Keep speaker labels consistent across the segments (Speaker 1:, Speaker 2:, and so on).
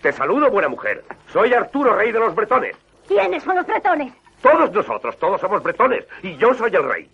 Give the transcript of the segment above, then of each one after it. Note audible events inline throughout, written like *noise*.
Speaker 1: Te saludo, buena mujer. Soy Arturo, rey de los bretones.
Speaker 2: ¿Quiénes son los bretones?
Speaker 1: Todos nosotros, todos somos bretones. Y yo soy el rey.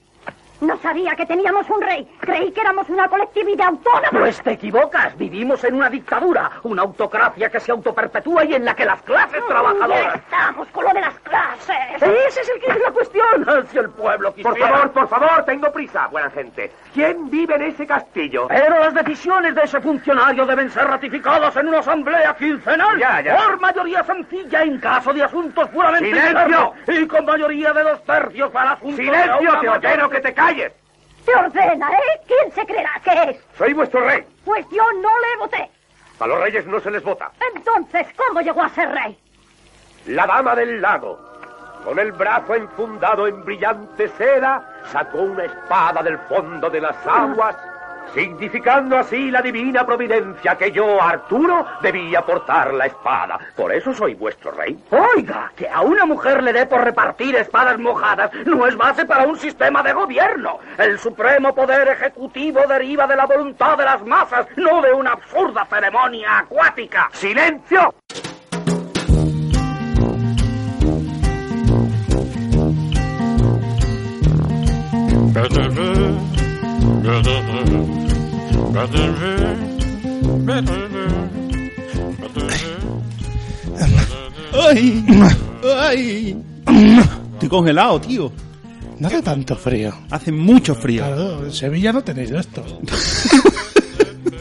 Speaker 2: No sabía que teníamos un rey. Creí que éramos una colectividad autónoma.
Speaker 3: Pues te equivocas. Vivimos en una dictadura, una autocracia que se autoperpetúa y en la que las clases
Speaker 2: Mm, Ya
Speaker 3: trabajadoras.
Speaker 2: estamos con lo de las clases.
Speaker 3: Ese es el que es la cuestión. Si el pueblo quisiera.
Speaker 1: Por favor, por favor, tengo prisa, buena gente. ¿Quién vive en ese castillo?
Speaker 4: Eh,
Speaker 3: Pero las decisiones de ese funcionario deben ser ratificadas en una asamblea quincenal
Speaker 1: Ya, ya.
Speaker 3: por mayoría sencilla en caso de asuntos puramente
Speaker 1: ¡Silencio!
Speaker 3: internos, y con mayoría de dos tercios para asuntos de
Speaker 1: ¡Silencio,
Speaker 3: una
Speaker 1: te ordeno que te calles!
Speaker 2: Te ordena, ¿eh? ¿Quién se creerá que es?
Speaker 1: Soy vuestro rey.
Speaker 2: Pues yo no le voté.
Speaker 1: A los reyes no se les vota.
Speaker 2: Entonces, ¿cómo llegó a ser rey?
Speaker 1: La dama del lago, con el brazo enfundado en brillante seda, sacó una espada del fondo de las aguas, significando así la divina providencia que yo, Arturo, debía portar la espada. Por eso soy vuestro rey.
Speaker 3: Oiga, que a una mujer le dé por repartir espadas mojadas no es base para un sistema de gobierno. El supremo poder ejecutivo deriva de la voluntad de las masas, no de una absurda ceremonia acuática.
Speaker 1: ¡Silencio!
Speaker 5: ¡Ay! ¡Ay! Estoy congelado, tío.
Speaker 6: No hace tanto frío.
Speaker 5: Hace mucho frío.
Speaker 6: Claro, en Sevilla no tenéis de
Speaker 5: *laughs*
Speaker 6: estos.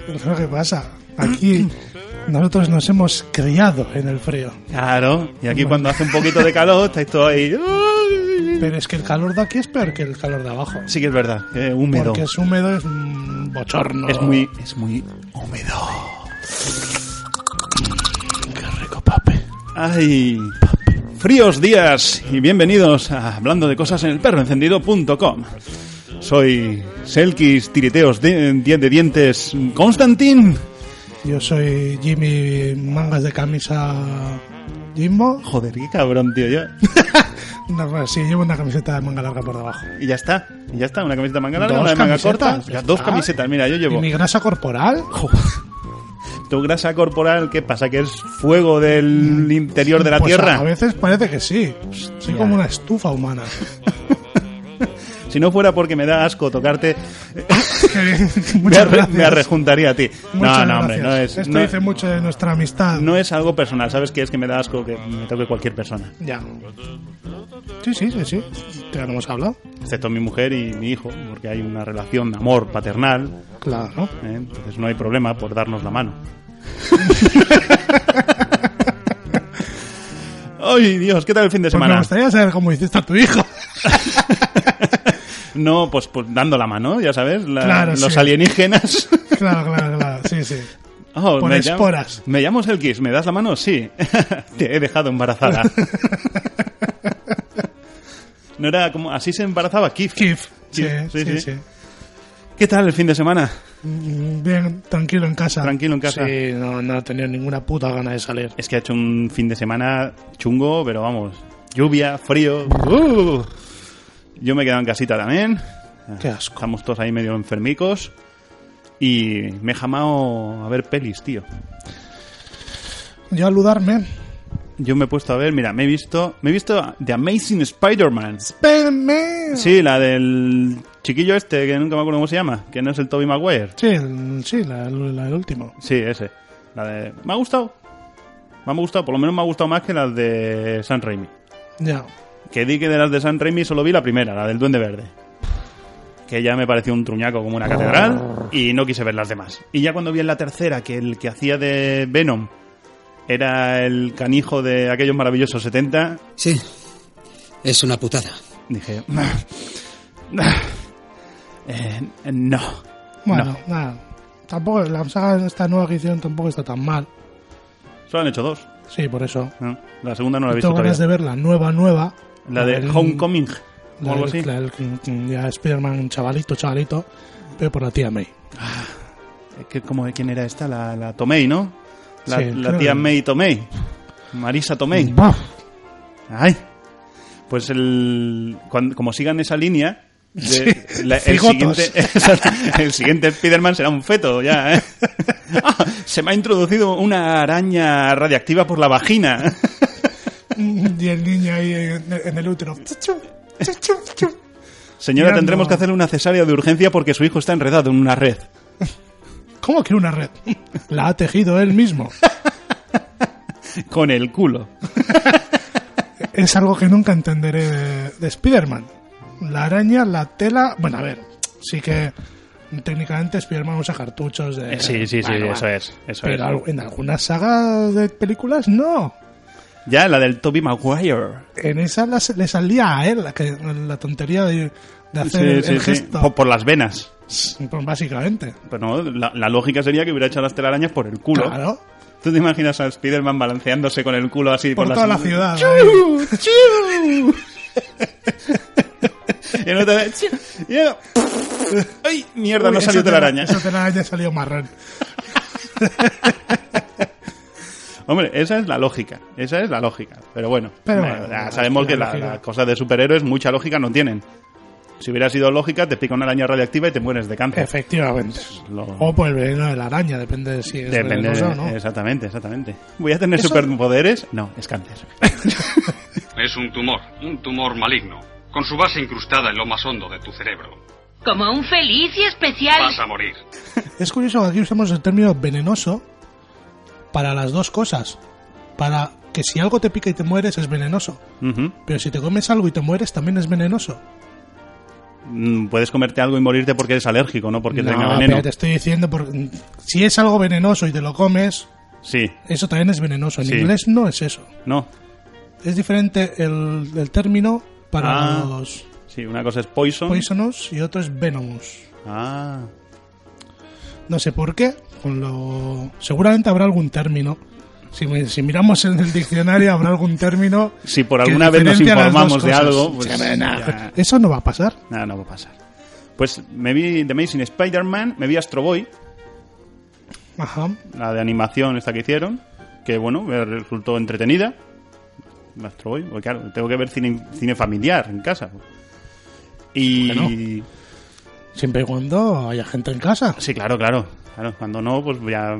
Speaker 6: No sé qué pasa. Aquí nosotros nos hemos criado en el frío.
Speaker 5: Claro. Y aquí cuando hace un poquito de calor, estáis todos ahí. ¡ay!
Speaker 6: Pero es que el calor de aquí es peor que el calor de abajo.
Speaker 5: Sí que es verdad, que es húmedo.
Speaker 6: Porque es húmedo, es mm, bochorno.
Speaker 5: Es muy, es muy húmedo.
Speaker 6: Qué rico, pape.
Speaker 5: ¡Ay! Fríos días y bienvenidos a Hablando de Cosas en el Perro Encendido.com. Soy Selkis, tireteos de, de dientes, Constantin.
Speaker 6: Yo soy Jimmy Mangas de camisa Jimbo.
Speaker 5: Joder, qué cabrón, tío. Yo.
Speaker 6: No, pues sí, llevo una camiseta de manga larga por debajo.
Speaker 5: Y ya está. Y ya está. Una camiseta manga larga,
Speaker 6: Dos
Speaker 5: una de manga
Speaker 6: camisetas,
Speaker 5: corta. Ya,
Speaker 6: ya
Speaker 5: dos
Speaker 6: está.
Speaker 5: camisetas. Mira, yo
Speaker 6: ¿Y
Speaker 5: llevo.
Speaker 6: mi grasa corporal?
Speaker 5: Joder. Tu grasa corporal, ¿qué pasa? ¿Que es fuego del interior de la
Speaker 6: Pues A
Speaker 5: tierra?
Speaker 6: veces parece que sí. Soy como una estufa humana.
Speaker 5: Si no fuera porque me da asco tocarte,
Speaker 6: *laughs* Qué bien,
Speaker 5: me,
Speaker 6: Muchas
Speaker 5: arre-
Speaker 6: gracias.
Speaker 5: me arrejuntaría a ti. no,
Speaker 6: Muchas
Speaker 5: no, hombre,
Speaker 6: gracias.
Speaker 5: no es,
Speaker 6: Esto
Speaker 5: no,
Speaker 6: dice mucho de nuestra amistad.
Speaker 5: no es algo personal. ¿Sabes qué? Es que me da asco que me toque cualquier persona.
Speaker 6: Ya. Sí, sí, sí, sí. Te lo hemos hablado.
Speaker 5: Excepto mi mujer y mi hijo, porque hay una relación de amor paternal.
Speaker 6: Claro.
Speaker 5: ¿eh? Entonces no hay problema por darnos la
Speaker 6: *laughs*
Speaker 5: mano. Ay, Dios, ¿qué tal el fin de
Speaker 6: Pues me
Speaker 5: semana?
Speaker 6: gustaría saber cómo hiciste a
Speaker 5: *laughs*
Speaker 6: tu hijo.
Speaker 5: No, pues, pues dando la mano, ya sabes, la-
Speaker 6: Claro,
Speaker 5: los
Speaker 6: sí. *laughs*
Speaker 5: alienígenas.
Speaker 6: claro, claro, claro. Sí, sí.
Speaker 5: Oh,
Speaker 6: Por
Speaker 5: me
Speaker 6: esporas.
Speaker 5: Llamo, me llamo Selkis, ¿me das la mano? Sí. *laughs* Te he dejado embarazada.
Speaker 6: *laughs*
Speaker 5: no era como, así se embarazaba Kif.
Speaker 6: Kif. Sí,
Speaker 5: Kif,
Speaker 6: sí, sí.
Speaker 5: ¿Qué tal el fin de semana?
Speaker 6: Mm, Bien, tranquilo en casa.
Speaker 5: Tranquilo en casa.
Speaker 6: Sí, no, no he tenido ninguna puta gana de salir.
Speaker 5: Es que ha hecho un fin de semana chungo, pero vamos, lluvia, frío. ¡uh! Yo me he quedado en casita también.
Speaker 6: Qué asco.
Speaker 5: Estamos todos ahí medio enfermicos. Y me he jamado a ver pelis, tío.
Speaker 6: Yo aludarme.
Speaker 5: Yo me he puesto a ver, mira, me he visto, me he visto The Amazing Spider-Man.
Speaker 6: Espérame.
Speaker 5: Sí, la del chiquillo este, que nunca me acuerdo cómo se llama, que no es el Toby Maguire.
Speaker 6: Sí, el, sí la, la- el último.
Speaker 5: Sí, ese. La de... Me ha gustado. Me ha gustado, por lo menos me ha gustado más que las de San Raimi.
Speaker 6: Ya.
Speaker 5: Que di que de las de San Raimi solo vi la primera, la del Duende Verde. Que ya me pareció un truñaco como una catedral y no quise ver las demás. Y ya cuando vi en la tercera que el que hacía de Venom era el canijo de aquellos maravillosos 70,
Speaker 7: Sí, es una putada.
Speaker 5: dije... *laughs* eh, no.
Speaker 6: Bueno,
Speaker 5: No.
Speaker 6: nada. Tampoco, la saga esta nueva que hicieron tampoco está tan mal.
Speaker 5: Solo han hecho dos.
Speaker 6: Sí, por eso.
Speaker 5: ¿no? La segunda no la he visto
Speaker 6: Tengo
Speaker 5: todavía.
Speaker 6: ganas de ver la nueva, nueva.
Speaker 5: La de
Speaker 6: del-
Speaker 5: Homecoming.
Speaker 6: la
Speaker 5: O algo
Speaker 6: del-
Speaker 5: así.
Speaker 6: la del- ya Spider-Man, chavalito, chavalito. Pero por la tía May.
Speaker 5: ¿Qué- cómo- ¿Quién era esta? La, la Tomei, ¿no? La,
Speaker 6: Sí,
Speaker 5: la
Speaker 6: creo
Speaker 5: tía
Speaker 6: que-
Speaker 5: May Tomei. Marisa Tomei.
Speaker 6: Mm. Buf.
Speaker 5: Ay. Pues el, cuan- como sigan esa línea, de- la- el,
Speaker 6: Cigotos.
Speaker 5: siguiente, *laughs* exacto, el siguiente Spider-Man será un feto ya, ¿eh? *laughs* Ah, se me ha introducido una araña radiactiva por la vagina.
Speaker 6: *laughs* Y el niño ahí en, en el útero.
Speaker 5: Señora,
Speaker 6: Mirando.
Speaker 5: tendremos que hacerle una cesárea de urgencia porque su hijo está enredado en una red.
Speaker 6: ¿Cómo que una red? La ha tejido
Speaker 5: *laughs*
Speaker 6: él mismo.
Speaker 5: Con el culo.
Speaker 6: Es algo que nunca entenderé de, de Spider-Man. La araña, la tela. Bueno, a ver, sí que técnicamente Spider-Man usa cartuchos de.
Speaker 5: Eh, sí, sí, sí,
Speaker 6: Bueno,
Speaker 5: eso
Speaker 6: bueno.
Speaker 5: es. Eso
Speaker 6: Pero
Speaker 5: es.
Speaker 6: al- en algunas sagas de películas no.
Speaker 5: Ya, la del Toby Maguire.
Speaker 6: En esa las- le salía a él la, que- la tontería de, de hacer el, el gesto.
Speaker 5: Por, por las venas.
Speaker 6: Pues básicamente.
Speaker 5: Pero no, la, la lógica sería que hubiera echado las telarañas por el culo.
Speaker 6: Claro.
Speaker 5: ¿Tú te imaginas a Spider-Man balanceándose con el culo así
Speaker 6: Por
Speaker 5: por,
Speaker 6: toda la
Speaker 5: las-
Speaker 6: ciudad. ahí.
Speaker 5: *laughs* Y en otra vez, y en- ¡Ay, mierda!
Speaker 6: Uy,
Speaker 5: no
Speaker 6: esa
Speaker 5: salió
Speaker 6: tela-
Speaker 5: telaraña.
Speaker 6: Esa telaraña salió marrón.
Speaker 5: Hombre, esa es la lógica. Esa es la lógica. Pero bueno,
Speaker 6: Pero
Speaker 5: bueno,
Speaker 6: bueno,
Speaker 5: ya
Speaker 6: la-
Speaker 5: sabemos
Speaker 6: la
Speaker 5: que la-
Speaker 6: lógica.
Speaker 5: las cosas de superhéroes mucha lógica no tienen. Si hubiera sido lógica, te pica una araña radiactiva y te mueres de cáncer.
Speaker 6: Efectivamente.
Speaker 5: Lo-
Speaker 6: O por el veneno de la araña, depende de si es
Speaker 5: Depende.
Speaker 6: venenoso o no.
Speaker 5: Exactamente, exactamente. ¿Voy a tener
Speaker 6: Eso-
Speaker 5: superpoderes? No, es cáncer.
Speaker 6: *laughs*
Speaker 8: Es un tumor, un tumor maligno, con su base incrustada en lo más hondo de tu cerebro.
Speaker 9: Como un feliz y especial.
Speaker 8: Vas a morir.
Speaker 6: Es curioso que aquí usamos el término venenoso para las dos cosas. Para que si algo te pica y te mueres es venenoso.
Speaker 5: Ujú.
Speaker 6: Pero si te comes algo y te mueres también es venenoso.
Speaker 5: Mm, Puedes comerte algo y morirte porque eres alérgico, no porque tenga
Speaker 6: no,
Speaker 5: veneno.
Speaker 6: pero te estoy diciendo, por- si es algo venenoso y te lo comes,
Speaker 5: Sí,
Speaker 6: eso también es venenoso. En
Speaker 5: Sí.
Speaker 6: inglés no es eso.
Speaker 5: no.
Speaker 6: Es diferente el, el término para
Speaker 5: Ah.
Speaker 6: los
Speaker 5: Sí, una cosa es poison.
Speaker 6: poisonous y otro es venomous.
Speaker 5: Ah,
Speaker 6: No sé por qué. Con lo... Seguramente habrá algún término. Si, me- si miramos en el diccionario, habrá algún término.
Speaker 5: *laughs* Si por
Speaker 6: que
Speaker 5: alguna vez nos
Speaker 6: diferencia las dos
Speaker 5: informamos de
Speaker 6: cosas.
Speaker 5: algo, pues,
Speaker 6: Sí, no, no,
Speaker 5: ya.
Speaker 6: Eso no va a pasar.
Speaker 5: nada, no va a pasar. Pues me vi The Amazing Spider-Man, me vi Astro Boy,
Speaker 6: Ajá.
Speaker 5: la de animación esta que hicieron, que bueno, me resultó entretenida. Astro Boy, porque claro, tengo que ver cine, cine familiar en casa. Y...
Speaker 6: Siempre y cuando haya gente en casa.
Speaker 5: Sí, claro, claro. Claro, cuando no, pues ya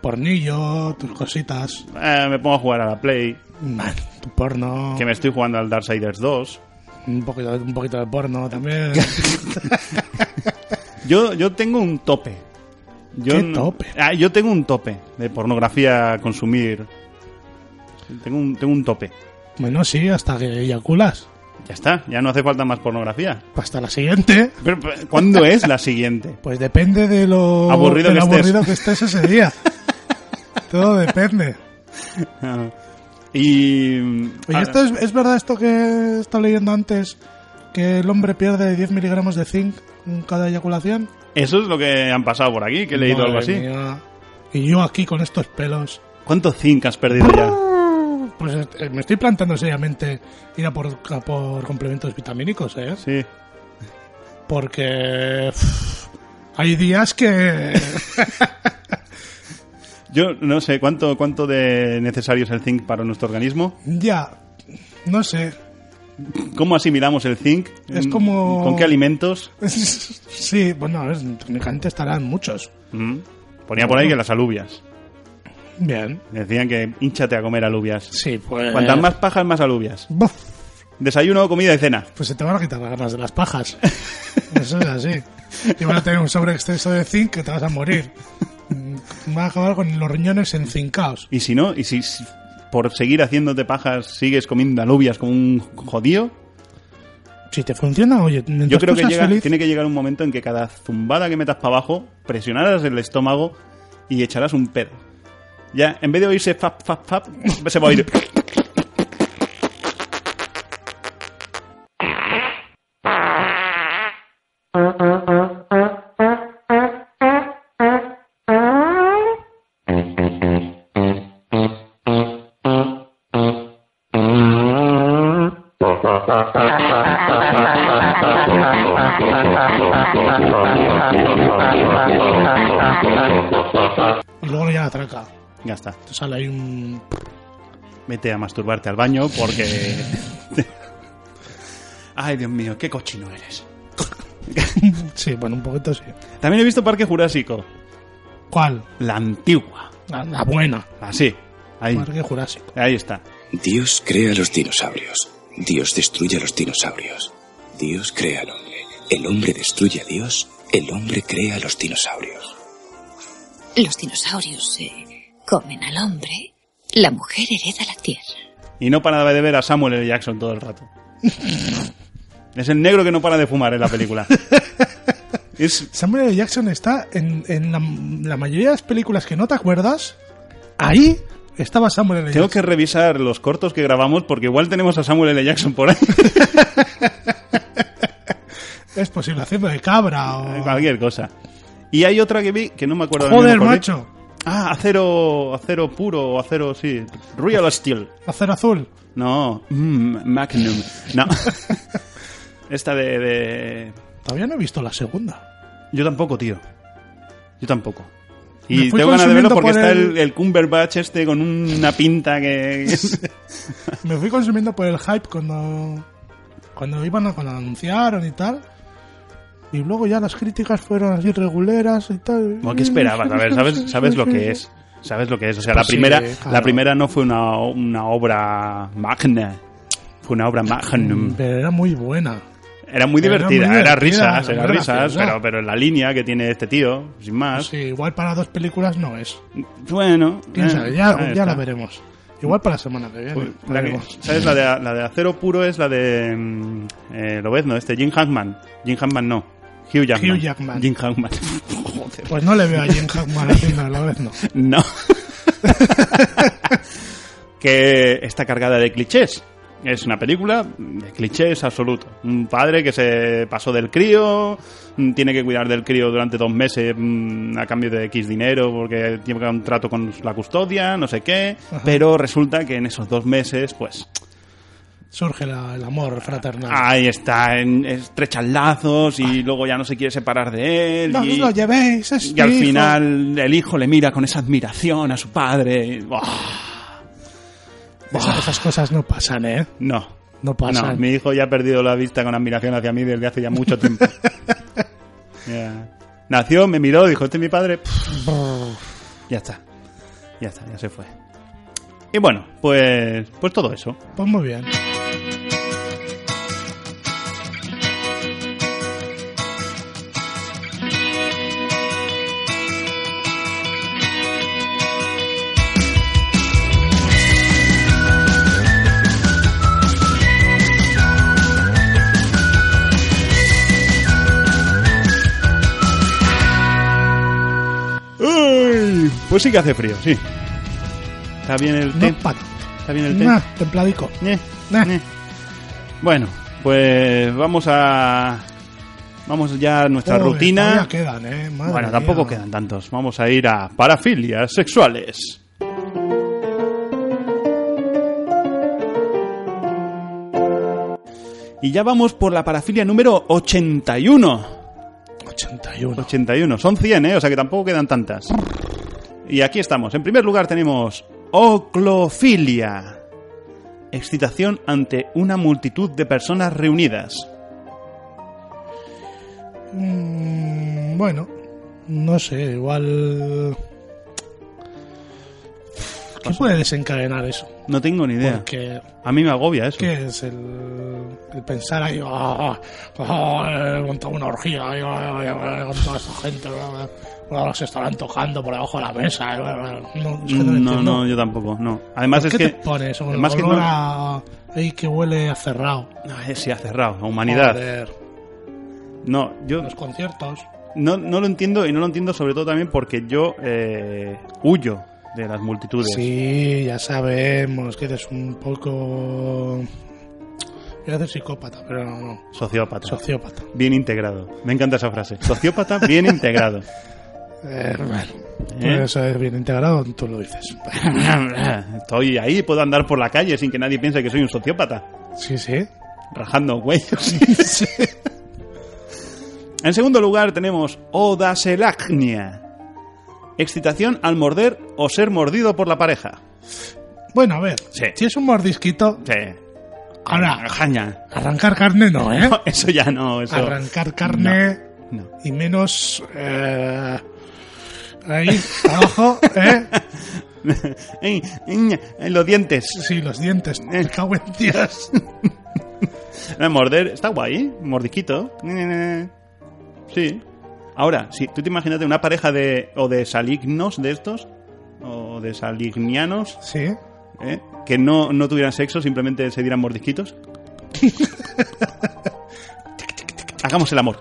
Speaker 6: Pornillo, tus cositas.
Speaker 5: eh, me pongo a jugar a la Play,
Speaker 6: Man, tu porno.
Speaker 5: que me estoy jugando al Darksiders 2.
Speaker 6: Un, poquito, un poquito de porno también. *laughs*
Speaker 5: Yo, yo tengo un tope. Yo
Speaker 6: ¿Qué
Speaker 5: no-
Speaker 6: tope?
Speaker 5: Ah, yo tengo un tope de pornografía a consumir. Tengo un, tengo un tope.
Speaker 6: bueno, sí, hasta que eyaculas.
Speaker 5: Ya está, ya no hace falta más pornografía.
Speaker 6: Hasta la siguiente.
Speaker 5: Pero, pero, ¿Cuándo es la siguiente?
Speaker 6: Pues depende de lo
Speaker 5: Aburrido
Speaker 6: de lo
Speaker 5: que estés.
Speaker 6: aburrido que estés
Speaker 5: *laughs*
Speaker 6: ese día. Todo depende.
Speaker 5: Ah, y.
Speaker 6: Oye,
Speaker 5: ah,
Speaker 6: esto es, es verdad esto que he estado leyendo antes, que el hombre pierde 10 miligramos de zinc en cada eyaculación.
Speaker 5: Eso es lo que han pasado por aquí, que he leído algo así.
Speaker 6: Madre mía. Y yo aquí con estos pelos,
Speaker 5: ¿Cuánto zinc has perdido ya?
Speaker 6: *laughs* pues eh, me estoy planteando seriamente ir a por, a por complementos vitamínicos, ¿eh?
Speaker 5: Sí.
Speaker 6: Porque uff, hay días que... *laughs*
Speaker 5: Yo no sé cuánto cuánto de necesario es el zinc para nuestro organismo.
Speaker 6: ya, no sé.
Speaker 5: ¿Cómo asimilamos el zinc?
Speaker 6: Es como-
Speaker 5: ¿Con qué alimentos?
Speaker 6: sí, bueno, a ver, técnicamente estarán muchos.
Speaker 5: Mm. Ponía por ahí que las alubias.
Speaker 6: Bien.
Speaker 5: Decían que hinchate a comer alubias.
Speaker 6: Sí, pues...
Speaker 5: Cuantas más pajas, más alubias.
Speaker 6: Buf,
Speaker 5: Desayuno, comida y cena.
Speaker 6: Pues se te van a quitar las ganas de
Speaker 5: *laughs*
Speaker 6: las pajas. Eso es así. Y van a tener un sobreexceso de zinc que te vas a morir. Mm, Vas a acabar con los riñones encincados.
Speaker 5: Y si no, y si si por seguir haciéndote pajas sigues comiendo alubias como un jodío,
Speaker 6: Si te funciona, oye, mientras
Speaker 5: yo creo
Speaker 6: tú
Speaker 5: que
Speaker 6: seas
Speaker 5: llega-
Speaker 6: feliz,
Speaker 5: tiene que llegar un momento en que cada zumbada que metas para abajo, presionarás el estómago y echarás un pedo. Ya, en vez de oírse fap, fap, fap, se va a oír. *laughs*
Speaker 6: y pues luego ya la traca.
Speaker 5: Ya está.
Speaker 6: Te sale ahí un... *laughs*
Speaker 5: Vete a masturbarte al baño porque. *laughs* Ay, Dios mío, qué cochino eres.
Speaker 6: Sí, bueno, un poquito sí.
Speaker 5: También he visto Parque Jurásico,
Speaker 6: ¿Cuál?
Speaker 5: la antigua.
Speaker 6: La, la buena.
Speaker 5: Así. Ahí,
Speaker 6: Parque Jurásico.
Speaker 5: ahí está.
Speaker 10: Dios crea a los dinosaurios. Dios destruye a los dinosaurios. Dios crea al hombre. El hombre destruye a Dios. El hombre crea a los dinosaurios.
Speaker 11: Los dinosaurios eh, comen al hombre. La mujer hereda la tierra.
Speaker 5: Y no paraba de ver a Samuel L. Jackson todo el rato. es el negro que no para de fumar en la
Speaker 6: *laughs*
Speaker 5: película. es,
Speaker 6: Samuel L. Jackson está en, en la, la mayoría de las películas que no te acuerdas. Ahí estaba Samuel L.
Speaker 5: tengo
Speaker 6: Jackson.
Speaker 5: que revisar los cortos que grabamos porque igual tenemos a Samuel L. Jackson por ahí.
Speaker 6: Es posible haciendo de cabra o.
Speaker 5: *laughs* Cualquier cosa. Y hay otra que vi que no me acuerdo ahora
Speaker 6: Ah. Joder,
Speaker 5: mismo cuál es.
Speaker 6: macho.
Speaker 5: Ah, acero, acero puro o acero, sí. Real Steel.
Speaker 6: Hacer azul.
Speaker 5: No, mm, Magnum.
Speaker 6: *laughs*
Speaker 5: No. Esta de, de-
Speaker 6: Todavía no he visto
Speaker 5: *laughs*
Speaker 6: la segunda.
Speaker 5: Yo tampoco, tío. Yo tampoco.
Speaker 6: Me
Speaker 5: Y
Speaker 6: fui
Speaker 5: tengo ganas de verlo
Speaker 6: consumiendo
Speaker 5: porque
Speaker 6: por
Speaker 5: está
Speaker 6: el-
Speaker 5: el, el Cumberbatch este con una pinta que...
Speaker 6: *laughs* Me fui consumiendo por el hype cuando. Cuando iban a, cuando anunciaron y tal. Y luego ya las críticas fueron así reguleras y tal.
Speaker 5: Bueno, ¿Qué esperabas? A ver, ¿sabes, sabes lo que es. Sabes lo que es. O sea, la
Speaker 6: Pues sí,
Speaker 5: primera,
Speaker 6: claro.
Speaker 5: la primera no fue una, una obra magna. Fue una obra magnum.
Speaker 6: Pero era muy buena.
Speaker 5: Era muy
Speaker 6: Mm. Era
Speaker 5: divertida,
Speaker 6: muy
Speaker 5: era
Speaker 6: divertida,
Speaker 5: risas,
Speaker 6: era
Speaker 5: era
Speaker 6: muy
Speaker 5: risas,
Speaker 6: graciosa.
Speaker 5: pero, pero en la línea que tiene este tío, sin más.
Speaker 6: Sí, igual para dos películas no es.
Speaker 5: Bueno,
Speaker 6: Quién
Speaker 5: eh,
Speaker 6: sabe, ya,
Speaker 5: ahí
Speaker 6: ya
Speaker 5: está.
Speaker 6: la veremos. Igual para la semana que viene.
Speaker 5: Pues,
Speaker 6: la
Speaker 5: la que-
Speaker 6: veremos.
Speaker 5: ¿Sabes? La de, la de acero puro es la de. mm, Eh, lo ves, ¿no? Este Jim Hackman. Jim Hackman no. Hugh Jackman.
Speaker 6: Hugh Jackman.
Speaker 5: Jim Hackman. *laughs* Joder.
Speaker 6: Pues no le veo a
Speaker 5: *laughs*
Speaker 6: Jim Hackman haciendo la vez, no.
Speaker 5: No. *laughs* que está cargada de clichés. Es una película de clichés absoluto. Un padre que se pasó del crío, mm, tiene que cuidar del crío durante dos meses mm, a cambio de X dinero porque tiene un trato con la custodia, no sé qué. Pero resulta que en esos dos meses, pues,
Speaker 6: Surge la- el amor fraternal.
Speaker 5: Ah, ahí está, en, estrechan lazos y luego ya no se quiere separar de él.
Speaker 6: Ah. no
Speaker 5: y,
Speaker 6: os lo llevéis, es
Speaker 5: y al
Speaker 6: mi hijo.
Speaker 5: final el hijo le mira con esa admiración a su padre. ¡Buah!
Speaker 6: Esa- Pues esas cosas no pasan, ¿eh?
Speaker 5: No.
Speaker 6: No pasan.
Speaker 5: No, mi hijo ya ha perdido la vista con admiración hacia mí desde hace ya mucho
Speaker 6: *laughs*
Speaker 5: tiempo. Ya. Nació, me miró, dijo, este es mi padre. ya está. Ya está, ya se fue. Y bueno, pues, pues todo eso.
Speaker 6: Pues muy bien.
Speaker 5: Uy, Pues sí que hace frío, sí. Está bien el
Speaker 6: No
Speaker 5: té.
Speaker 6: pa-
Speaker 5: Está bien el té.
Speaker 6: Nah, templadico.
Speaker 5: Ñe,
Speaker 6: Nah.
Speaker 5: ñe. Eh, Bueno, pues vamos a... Vamos ya a nuestra
Speaker 6: Joder,
Speaker 5: rutina.
Speaker 6: todavía quedan, ¿eh? Madre
Speaker 5: bueno, tampoco
Speaker 6: mía.
Speaker 5: quedan tantos. Vamos a ir a parafilias sexuales. Y ya vamos por la parafilia número 81.
Speaker 6: 81.
Speaker 5: 81, son 100, ¿eh? O sea que tampoco quedan tantas. Y aquí estamos. En primer lugar tenemos oclofilia. Excitación ante una multitud de personas reunidas.
Speaker 6: Mm, bueno, no sé, igual... ¿Qué puede desencadenar eso?
Speaker 5: No tengo ni idea.
Speaker 6: Porque...
Speaker 5: A mí me agobia eso.
Speaker 6: ¿Qué es el, el pensar ahí? ah, ah, he montado una orgía ahí, ah, ah, ah, con toda esta gente. ah, ah, ah, se estarán tocando por debajo de la mesa. ah, ah, ah. No, es que no, lo
Speaker 5: Mm, No,
Speaker 6: entiendo.
Speaker 5: no, yo tampoco, no. Además
Speaker 6: ¿Qué
Speaker 5: es
Speaker 6: te
Speaker 5: que...
Speaker 6: pones? Un
Speaker 5: además que
Speaker 6: olor
Speaker 5: no-
Speaker 6: a- ey, que huele a cerrado.
Speaker 5: Ay, sí, ha cerrado, a humanidad.
Speaker 6: Joder,
Speaker 5: No, yo
Speaker 6: los conciertos.
Speaker 5: no, no lo entiendo y no lo entiendo sobre todo también porque yo eh, huyo de las multitudes.
Speaker 6: Sí, ya sabemos que eres un poco... Voy a decir psicópata, pero no, no.
Speaker 5: Sociópata.
Speaker 6: Sociópata.
Speaker 5: bien integrado. Me encanta esa frase. Sociópata bien
Speaker 6: *laughs*
Speaker 5: integrado.
Speaker 6: Eh, bueno, pues
Speaker 5: ¿Eh?
Speaker 6: Eso es bien integrado, tú
Speaker 5: *laughs*
Speaker 6: lo dices.
Speaker 5: Estoy ahí, puedo andar por la calle sin que nadie piense que soy un sociópata.
Speaker 6: Sí, sí.
Speaker 5: Rajando
Speaker 6: *laughs*
Speaker 5: huellos. En segundo lugar tenemos odaselacnia. Excitación al morder o ser mordido por la pareja.
Speaker 6: Bueno, a ver,
Speaker 5: Sí.
Speaker 6: si es un mordisquito,
Speaker 5: Sí.
Speaker 6: Ahora,
Speaker 5: jaña.
Speaker 6: Arrancar carne no, ¿eh?
Speaker 5: No, eso ya no. Eso...
Speaker 6: Arrancar carne
Speaker 5: No, *laughs* no.
Speaker 6: y menos... eh, ahí, abajo, ¿eh?
Speaker 5: Ey, ey, en los dientes.
Speaker 6: Sí, los dientes. Me cago en Dios.
Speaker 5: Eh, Morder, está guay, mordisquito. Eh, Sí. Ahora, si tú te imagínate una pareja de o de salignos de estos o de salignianos
Speaker 6: Sí.
Speaker 5: eh, que no, no tuvieran sexo, simplemente se dieran
Speaker 6: *laughs*
Speaker 5: mordisquitos. Hagamos el amor.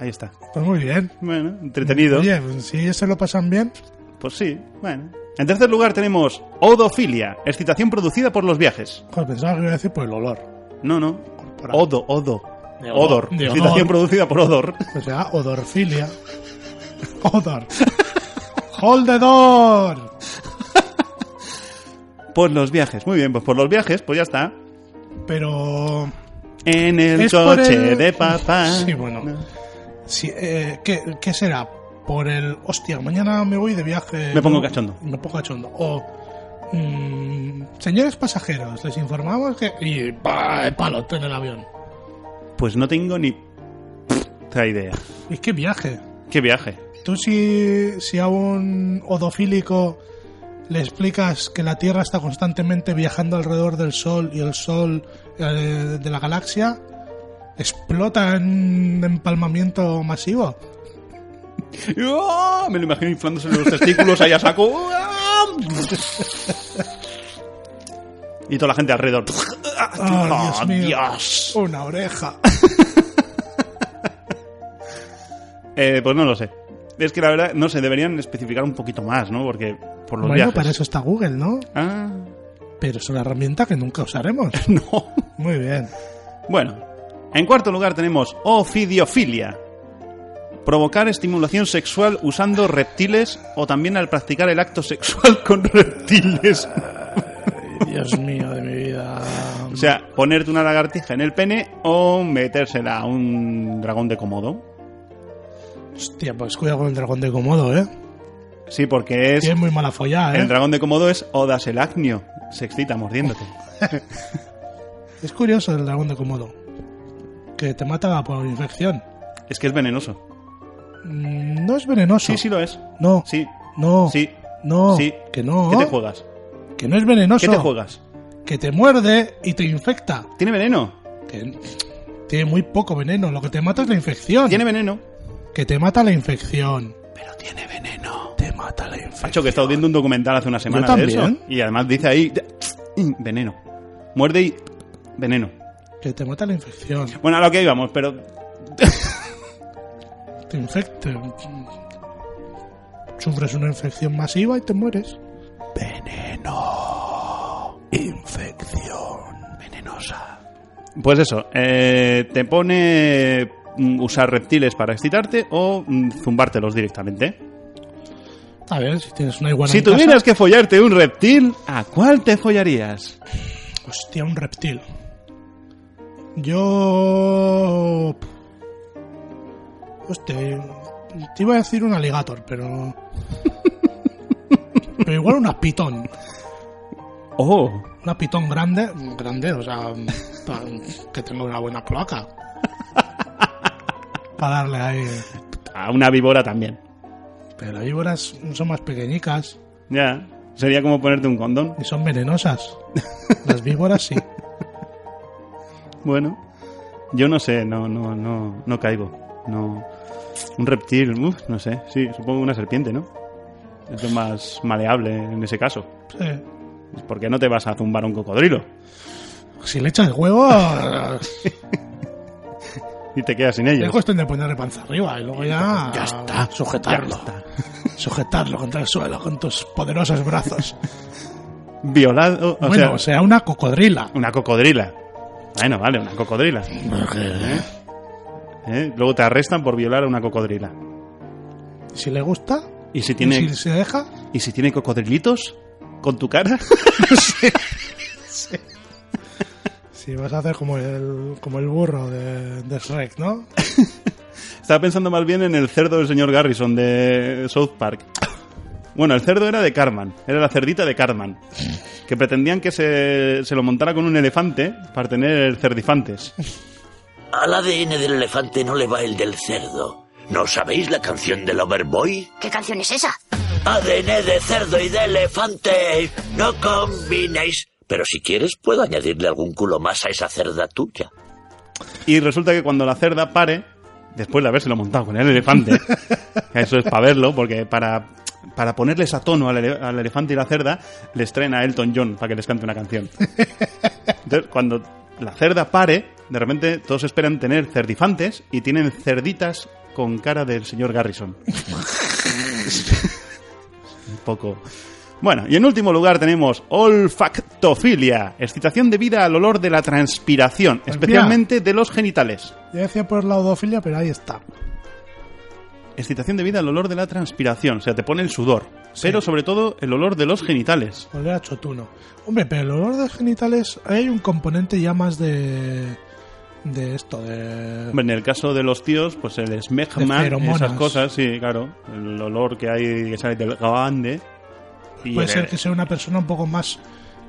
Speaker 5: Ahí está.
Speaker 6: Pues muy bien.
Speaker 5: Bueno, entretenido.
Speaker 6: Oye, pues, si ellos se lo pasan bien,
Speaker 5: Pues sí, bueno. En tercer lugar tenemos odofilia, excitación producida por los viajes.
Speaker 6: pues pensaba que iba a decir por el olor.
Speaker 5: No, no.
Speaker 6: Corporal.
Speaker 5: Odo, odo.
Speaker 6: De
Speaker 5: Odor.
Speaker 6: odor. De
Speaker 5: Excitación
Speaker 6: odor.
Speaker 5: producida por odor.
Speaker 6: O sea, odorfilia.
Speaker 5: *laughs*
Speaker 6: Odor. Hold the door.
Speaker 5: Por los viajes. Muy bien, pues por los viajes, pues ya está.
Speaker 6: Pero...
Speaker 5: En el
Speaker 6: Es por
Speaker 5: coche
Speaker 6: el-
Speaker 5: de papá.
Speaker 6: Sí, bueno. Sí, eh, ¿qué, qué será? Por el. Hostia, mañana me voy de viaje.
Speaker 5: Me pongo
Speaker 6: No,
Speaker 5: cachondo.
Speaker 6: Me pongo cachondo. O. mm, señores pasajeros, les informamos que. Y. pa- Palote en el avión.
Speaker 5: Pues no tengo ni... puta idea.
Speaker 6: Y qué viaje.
Speaker 5: ¿Qué viaje?
Speaker 6: Tú, si, si a un odofílico le explicas que la Tierra está constantemente viajando alrededor del Sol y el Sol eh, de la galaxia, explota en un empalmamiento masivo.
Speaker 5: ¡Ah! Me lo imagino inflándose los testículos ahí a saco. ¡Ah! Y toda la gente alrededor.
Speaker 6: Ah,
Speaker 5: ¡Ah,
Speaker 6: Dios mío.
Speaker 5: Dios!
Speaker 6: Una oreja.
Speaker 5: Eh, pues no lo sé. Es que la verdad, no sé, deberían especificar un poquito más, ¿no? Porque por los
Speaker 6: Bueno,
Speaker 5: viajes.
Speaker 6: para eso está Google, ¿no?
Speaker 5: Ah, *laughs*
Speaker 6: Pero es una herramienta que nunca usaremos.
Speaker 5: no.
Speaker 6: Muy bien.
Speaker 5: Bueno, en cuarto lugar tenemos ofidiofilia. Provocar estimulación sexual usando reptiles o también al practicar el acto sexual con *laughs* reptiles.
Speaker 6: Dios mío de mi vida.
Speaker 5: O sea, ponerte una lagartija en el pene o metérsela a un dragón de comodo.
Speaker 6: Hostia, pues cuidado con el dragón de Komodo, ¿eh?
Speaker 5: Sí, porque es.
Speaker 6: Que es muy mala follada, ¿eh?
Speaker 5: El dragón de comodo es odaselacnio. Se excita mordiéndote.
Speaker 6: Es curioso el dragón de Komodo. Que te mata por infección.
Speaker 5: Es que es venenoso.
Speaker 6: Mm, No es venenoso.
Speaker 5: Sí, sí lo es.
Speaker 6: No,
Speaker 5: Sí,
Speaker 6: no,
Speaker 5: sí,
Speaker 6: no.
Speaker 5: sí.
Speaker 6: Que no.
Speaker 5: ¿Qué te juegas?
Speaker 6: Que no es venenoso.
Speaker 5: ¿Qué te juegas?
Speaker 6: Que te muerde y te infecta.
Speaker 5: ¿Tiene veneno?
Speaker 6: Que tiene muy poco veneno. Lo que te mata es la infección.
Speaker 5: ¿Tiene veneno?
Speaker 6: Que te mata la infección.
Speaker 5: Pero tiene veneno.
Speaker 6: Te mata la infección.
Speaker 5: Macho, que he estado viendo un documental hace una semana de eso.
Speaker 6: también.
Speaker 5: Y además dice ahí... Veneno. Muerde y... Veneno.
Speaker 6: Que te mata la infección.
Speaker 5: Bueno, a lo que íbamos, pero...
Speaker 6: te infecte. Sufres una infección masiva y te mueres.
Speaker 5: Pues eso, eh, te pone mm, usar reptiles para excitarte o mm, zumbártelos directamente.
Speaker 6: A ver, si tienes una iguana
Speaker 5: si
Speaker 6: en casa-
Speaker 5: tuvieras que follarte un reptil, ¿a cuál te follarías?
Speaker 6: Hostia, un reptil. Yo... Hostia, te iba a decir un alligator, pero... pero igual una pitón.
Speaker 5: Oh,
Speaker 6: Una pitón grande. Grande, o sea, pa- que tenga una buena cloaca. Para darle ahí...
Speaker 5: a una víbora también.
Speaker 6: Pero las víboras son más pequeñicas.
Speaker 5: Ya, sería como ponerte un condón.
Speaker 6: Y son venenosas. Las víboras sí.
Speaker 5: Bueno, yo no sé, no, no, no, no caigo. No, un reptil, uf, no sé, sí, supongo una serpiente, ¿no? Es lo más maleable en ese caso.
Speaker 6: Sí.
Speaker 5: ¿Por qué no te vas a zumbar un cocodrilo?
Speaker 6: Si le echas
Speaker 5: *laughs*
Speaker 6: huevo,
Speaker 5: Y te quedas sin
Speaker 6: es
Speaker 5: ellos.
Speaker 6: cuestión de ponerle panza arriba y luego ya,
Speaker 5: Ya está,
Speaker 6: sujetarlo. Sujetarlo contra el suelo con tus
Speaker 5: *laughs*
Speaker 6: poderosos brazos.
Speaker 5: Violado, o
Speaker 6: bueno,
Speaker 5: sea,
Speaker 6: o sea, una cocodrila.
Speaker 5: una cocodrila. Bueno, vale, una cocodrila. ¿Eh? Luego te arrestan por violar a una cocodrila.
Speaker 6: Si le gusta,
Speaker 5: Y si
Speaker 6: y
Speaker 5: tiene,
Speaker 6: si se deja,
Speaker 5: y si tiene cocodrilitos con tu cara. *laughs*
Speaker 6: si vas a hacer como el, como el burro de, de
Speaker 5: *laughs*
Speaker 6: Shrek, ¿no?
Speaker 5: Estaba pensando más bien en el cerdo del señor Garrison de South Park. Bueno, el cerdo era de Cartman, era la cerdita de Cartman, que pretendían que se, se lo montara con un elefante para tener cerdifantes.
Speaker 12: Al ADN del elefante no le va el del cerdo. ¿No sabéis la canción del Overboy?
Speaker 4: ¿Qué canción es esa?
Speaker 12: ADN de cerdo y de elefante, no combinéis. Pero si quieres, puedo añadirle algún culo más a esa cerda tuya.
Speaker 5: Y resulta que cuando la cerda pare, después de habérselo montado con el elefante, eso es para verlo, porque para, para ponerles a tono al, ele- al elefante y la cerda, les traen a Elton John para que les cante una canción. Entonces, cuando la cerda pare, de repente todos esperan tener cerdifantes y tienen cerditas con cara del señor Garrison. Un poco. Bueno, y en último lugar tenemos olfactofilia, excitación debida al olor de la transpiración, especialmente de los genitales.
Speaker 6: Ya decía por la odofilia, pero ahí está.
Speaker 5: Excitación debida al olor de la transpiración, o sea, te pone el sudor, pero sobre todo el olor de los genitales.
Speaker 6: Olor a chotuno. Hombre, pero el olor de genitales, ahí hay un componente ya más de. de esto, de.
Speaker 5: Hombre, En el caso de los tíos, pues el
Speaker 6: De
Speaker 5: smegma,
Speaker 6: feromonas.
Speaker 5: esas cosas, sí, claro, el olor que hay que sale del gabande. y
Speaker 6: puede
Speaker 5: el-
Speaker 6: ser que sea una persona un poco más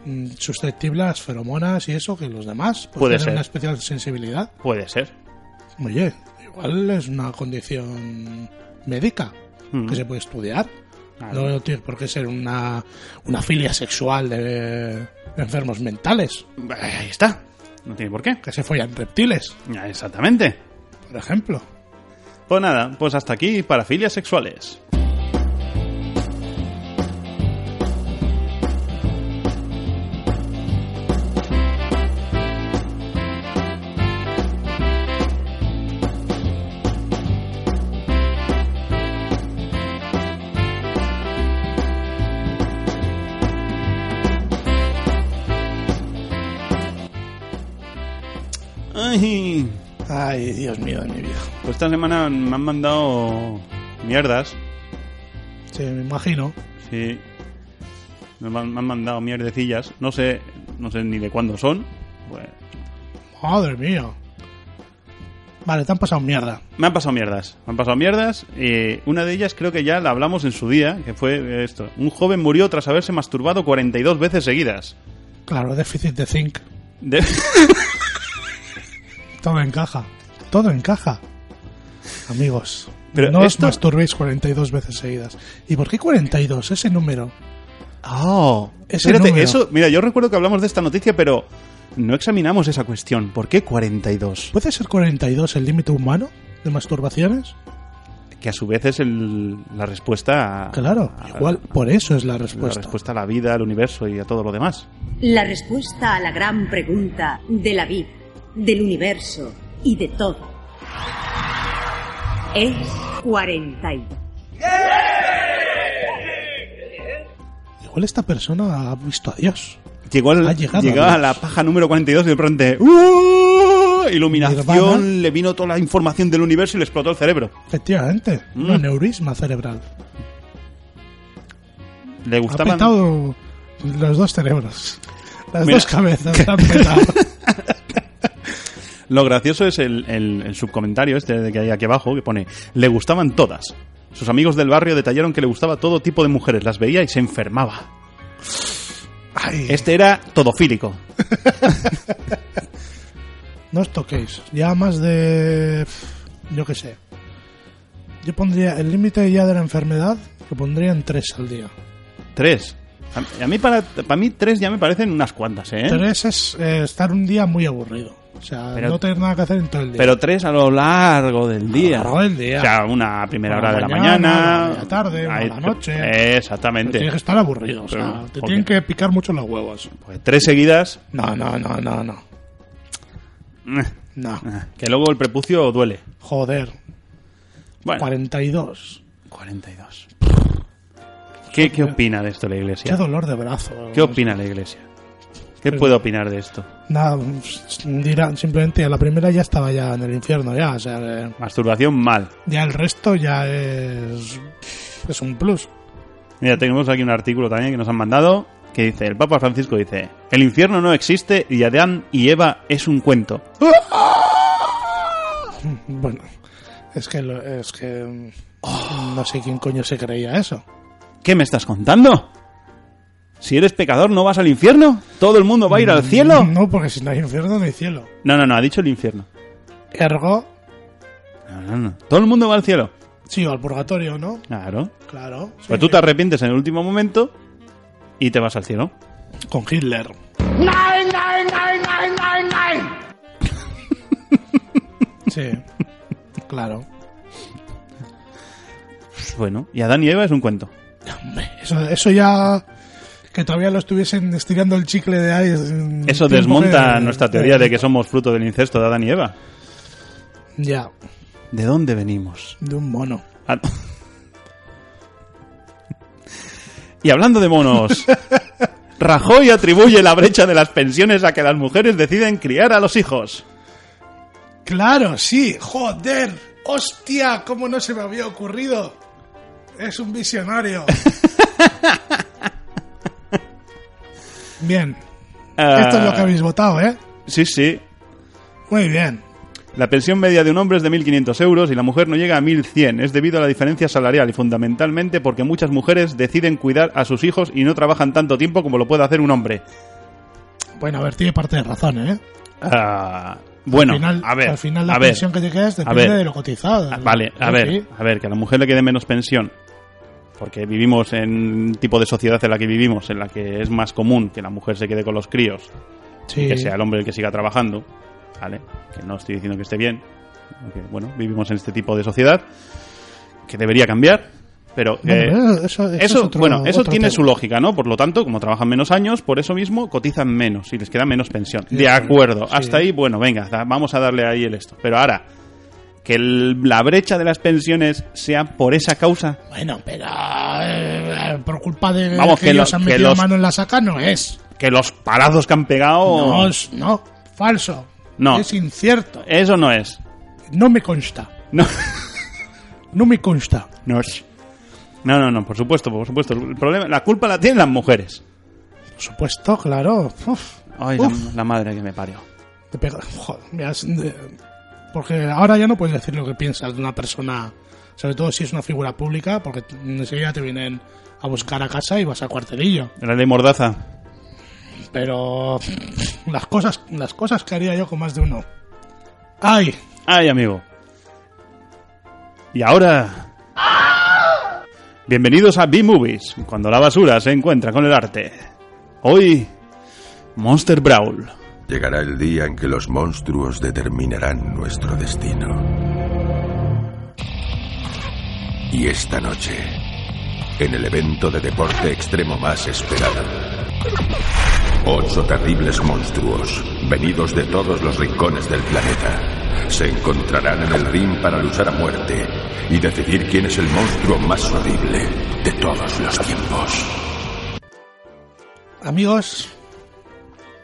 Speaker 6: mm, susceptible a las feromonas y eso que los demás. porque
Speaker 5: Puede
Speaker 6: tienen
Speaker 5: ser.
Speaker 6: una especial sensibilidad.
Speaker 5: Puede ser.
Speaker 6: Oye, igual es una condición médica que se puede estudiar. No tiene por qué ser una, una filia sexual de enfermos mentales.
Speaker 5: Ahí está. No tiene por qué.
Speaker 6: Que se follan reptiles.
Speaker 5: Exactamente.
Speaker 6: Por ejemplo.
Speaker 5: Pues nada, pues hasta aquí para filias sexuales. Ay.
Speaker 6: Ay, Dios mío de mi vida.
Speaker 5: Pues esta semana me han mandado mierdas.
Speaker 6: Sí, me imagino.
Speaker 5: Sí. Me han, me han mandado mierdecillas. No sé, no sé ni de cuándo son. Pues,
Speaker 6: Madre mía. Vale, te han pasado mierda.
Speaker 5: me han pasado mierdas. Me han pasado mierdas. eh, una de ellas creo que ya la hablamos en su día, que fue esto. Un joven murió tras haberse masturbado 42 veces seguidas.
Speaker 6: Claro, déficit de zinc.
Speaker 5: De- *laughs*
Speaker 6: Todo encaja. Todo encaja. Amigos,
Speaker 5: Pero
Speaker 6: no os
Speaker 5: esto-
Speaker 6: masturbéis 42 veces seguidas. ¿Y por qué 42? Ese número.
Speaker 5: Oh,
Speaker 6: Ese
Speaker 5: espérate,
Speaker 6: número.
Speaker 5: eso, mira, yo recuerdo que hablamos de esta noticia, pero no examinamos esa cuestión. ¿Por qué 42?
Speaker 6: ¿Puede ser 42 el límite humano de masturbaciones?
Speaker 5: Que a su vez es el- la respuesta a,
Speaker 6: Claro, igual por eso es la
Speaker 5: la
Speaker 6: respuesta.
Speaker 5: Ah, respuesta a la vida, al universo y a todo lo demás.
Speaker 13: La respuesta a la gran pregunta de la vida, del universo y de todo es 42.
Speaker 6: Igual esta persona ha visto a Dios.
Speaker 5: Llegó, al-
Speaker 6: Ha llegado
Speaker 5: llegaba
Speaker 6: a
Speaker 5: a la paja número 42 y de repente ¡uh! iluminación,
Speaker 6: Nirvana.
Speaker 5: le vino toda la información del universo y le explotó el cerebro.
Speaker 6: Efectivamente,
Speaker 5: Mm.
Speaker 6: un aneurisma cerebral.
Speaker 5: Le
Speaker 6: Ha
Speaker 5: gustaban
Speaker 6: petado los dos cerebros. Las
Speaker 5: Mira.
Speaker 6: dos cabezas
Speaker 5: *laughs*
Speaker 6: se han petado.
Speaker 5: Lo gracioso es el, el- el subcomentario este de que hay aquí abajo que pone le gustaban todas. Sus amigos del barrio detallaron que le gustaba todo tipo de mujeres, las veía y se enfermaba. Este era todofílico.
Speaker 6: No os toquéis. Ya más de. Yo qué sé. Yo pondría el límite ya de la enfermedad, lo pondría en tres al día.
Speaker 5: Tres. A, a mí para, para mí tres ya me parecen unas cuantas, ¿eh?
Speaker 6: Tres es eh, estar un día muy aburrido. O sea,
Speaker 5: Pero-
Speaker 6: no tener nada que hacer en todo el día.
Speaker 5: Pero tres a lo largo del día.
Speaker 6: largo del día.
Speaker 5: O sea, una primera
Speaker 6: Una
Speaker 5: hora de la
Speaker 6: mañana,
Speaker 5: mañana.
Speaker 6: una de la tarde, una de la
Speaker 5: ahí-
Speaker 6: noche.
Speaker 5: Exactamente.
Speaker 6: Pero tienes que estar aburrido. O sea,
Speaker 5: Pero,
Speaker 6: te
Speaker 5: ok.
Speaker 6: tienen que picar mucho los huevos.
Speaker 5: Pues tres seguidas. *laughs*
Speaker 6: No, no, no, no, no. No.
Speaker 5: Que luego el prepucio duele.
Speaker 6: Joder.
Speaker 5: Bueno.
Speaker 6: 42.
Speaker 5: 42. ¿Qué, qué opina de esto la iglesia?
Speaker 6: Qué dolor de brazo.
Speaker 5: ¿Qué opina la iglesia? ¿Qué puede opinar de esto?
Speaker 6: Nada, pues, dirán, simplemente a la primera ya estaba ya en el infierno, ya. O sea, eh,
Speaker 5: Masturbación mal.
Speaker 6: ya el resto ya es. Es un plus.
Speaker 5: Mira, tenemos aquí un artículo también que nos han mandado que dice, el Papa Francisco dice, el infierno no existe y Adán y Eva es un cuento. Oh.
Speaker 6: Bueno, es que. lo- es que. mm, No sé quién coño se creía eso.
Speaker 5: ¿Qué me estás contando? Si eres pecador, ¿no vas al infierno? ¿Todo el mundo va a ir al cielo?
Speaker 6: No, porque si no hay infierno, no hay cielo.
Speaker 5: No, no, no, ha dicho el infierno.
Speaker 6: Ergo,
Speaker 5: No, no, no. Todo el mundo va al cielo.
Speaker 6: sí, o al purgatorio, ¿no?
Speaker 5: Claro.
Speaker 6: Claro.
Speaker 5: Pero Pues tú te arrepientes en el último momento y te vas al cielo.
Speaker 6: Con Hitler.
Speaker 4: Nein, nein, nein, nein, nein, nein.
Speaker 6: *laughs* Sí. claro.
Speaker 5: Bueno, y Adán y Eva es un cuento.
Speaker 6: Eso, eso ya. Que todavía lo estuviesen estirando el chicle de ahí. es, mm,
Speaker 5: Eso
Speaker 6: tiempo
Speaker 5: desmonta
Speaker 6: que-
Speaker 5: nuestra teoría de eh, que somos fruto del incesto de Adán y Eva.
Speaker 6: Ya,
Speaker 5: ¿De dónde venimos?
Speaker 6: de un mono.
Speaker 5: Ah. Y hablando de *laughs* monos, Rajoy atribuye la brecha de las pensiones a que las mujeres deciden criar a los hijos.
Speaker 6: Claro, sí, joder. Hostia, cómo no se me había ocurrido. Es un
Speaker 5: *laughs*
Speaker 6: visionario. Bien,
Speaker 5: Ah.
Speaker 6: esto es lo que habéis votado, ¿eh?
Speaker 5: Sí, sí.
Speaker 6: Muy bien.
Speaker 5: La pensión media de un hombre es de 1.500 euros y la mujer no llega a 1.100. Es debido a la diferencia salarial y fundamentalmente porque muchas mujeres deciden cuidar a sus hijos y no trabajan tanto tiempo como lo puede hacer un hombre.
Speaker 6: Bueno, a ver, tiene parte de razón, ¿eh?
Speaker 5: Ah, bueno,
Speaker 6: al final,
Speaker 5: a ver,
Speaker 6: al final la
Speaker 5: a ver,
Speaker 6: pensión que te quedas
Speaker 5: a
Speaker 6: depende
Speaker 5: ver.
Speaker 6: de lo cotizado.
Speaker 5: Ah, Vale, a
Speaker 6: Sí,
Speaker 5: ver,
Speaker 6: sí.
Speaker 5: a ver, que a la mujer le quede menos pensión. Porque vivimos en un tipo de sociedad en la que vivimos, en la que es más común que la mujer se quede con los críos
Speaker 6: Sí.
Speaker 5: y que sea el hombre el que siga trabajando, ¿vale? Que no estoy diciendo que esté bien, porque, bueno, vivimos en este tipo de sociedad que debería cambiar, pero...
Speaker 6: Bueno,
Speaker 5: eh,
Speaker 6: eso- eso- eso es otro-
Speaker 5: bueno, eso
Speaker 6: otro
Speaker 5: tiene
Speaker 6: tema.
Speaker 5: su lógica, ¿no? Por lo tanto, como trabajan menos años, por eso mismo cotizan menos y les queda menos pensión.
Speaker 6: Sí,
Speaker 5: De acuerdo,
Speaker 6: sí.
Speaker 5: hasta ahí, bueno, venga, da- vamos a darle ahí el esto. Pero ahora, que el- la brecha de las pensiones sea por esa causa,
Speaker 6: Bueno, pero eh, eh, por culpa de
Speaker 5: Vamos,
Speaker 6: que,
Speaker 5: que
Speaker 6: ellos
Speaker 5: lo-
Speaker 6: han
Speaker 5: que
Speaker 6: metido
Speaker 5: los-
Speaker 6: mano en la saca no es.
Speaker 5: que los palazos que han
Speaker 6: No,
Speaker 5: pegado...
Speaker 6: es- no, falso.
Speaker 5: No.
Speaker 6: Es incierto.
Speaker 5: Eso no es.
Speaker 6: No me consta.
Speaker 5: No.
Speaker 6: No me consta.
Speaker 5: No es. No, no, no, por supuesto, por supuesto. El problema, la culpa la tienen las mujeres.
Speaker 6: Por supuesto, claro. Uf,
Speaker 5: Ay, la,
Speaker 6: Uf.
Speaker 5: la madre que me parió.
Speaker 6: te pega- joder, me has- de- porque ahora ya no puedes decir lo que piensas de una persona, sobre todo si es una figura pública, porque t- enseguida te vienen a buscar a casa y vas al cuartelillo.
Speaker 5: La ley mordaza.
Speaker 6: Pero las cosas, las cosas que haría yo con más de uno. ¡Ay!
Speaker 5: Ay, amigo. Y ahora... Bienvenidos a B-Movies, cuando la basura se encuentra con el arte. Hoy, Monster Brawl.
Speaker 14: Llegará el día en que los monstruos determinarán nuestro destino. Y esta noche, en el evento de deporte extremo más esperado, ocho terribles monstruos, venidos de todos los rincones del planeta, se encontrarán en el ring para luchar a muerte y decidir quién es el monstruo más horrible de todos los tiempos.
Speaker 6: Amigos,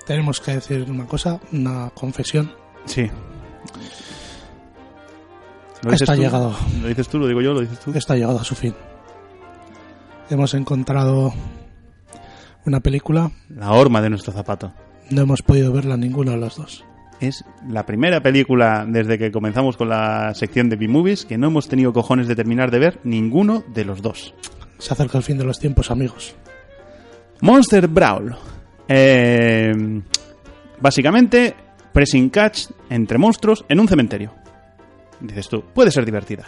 Speaker 6: tenemos que decir una cosa, una confesión.
Speaker 5: Sí. ¿Lo dices
Speaker 6: Está
Speaker 5: tú?
Speaker 6: llegado.
Speaker 5: ¿Lo dices tú? ¿Lo digo yo? ¿Lo dices tú?
Speaker 6: Está llegado a su fin. Hemos encontrado una película,
Speaker 5: La horma de nuestro zapato.
Speaker 6: no hemos podido verla ninguno de los dos.
Speaker 5: Es la primera película desde que comenzamos con la sección de B-Movies que no hemos tenido cojones de terminar de ver ninguno de los dos.
Speaker 6: Se acerca el fin de los tiempos, amigos.
Speaker 5: Monster Brawl. Eh, básicamente, pressing catch entre monstruos en un cementerio. Dices tú, puede ser divertida.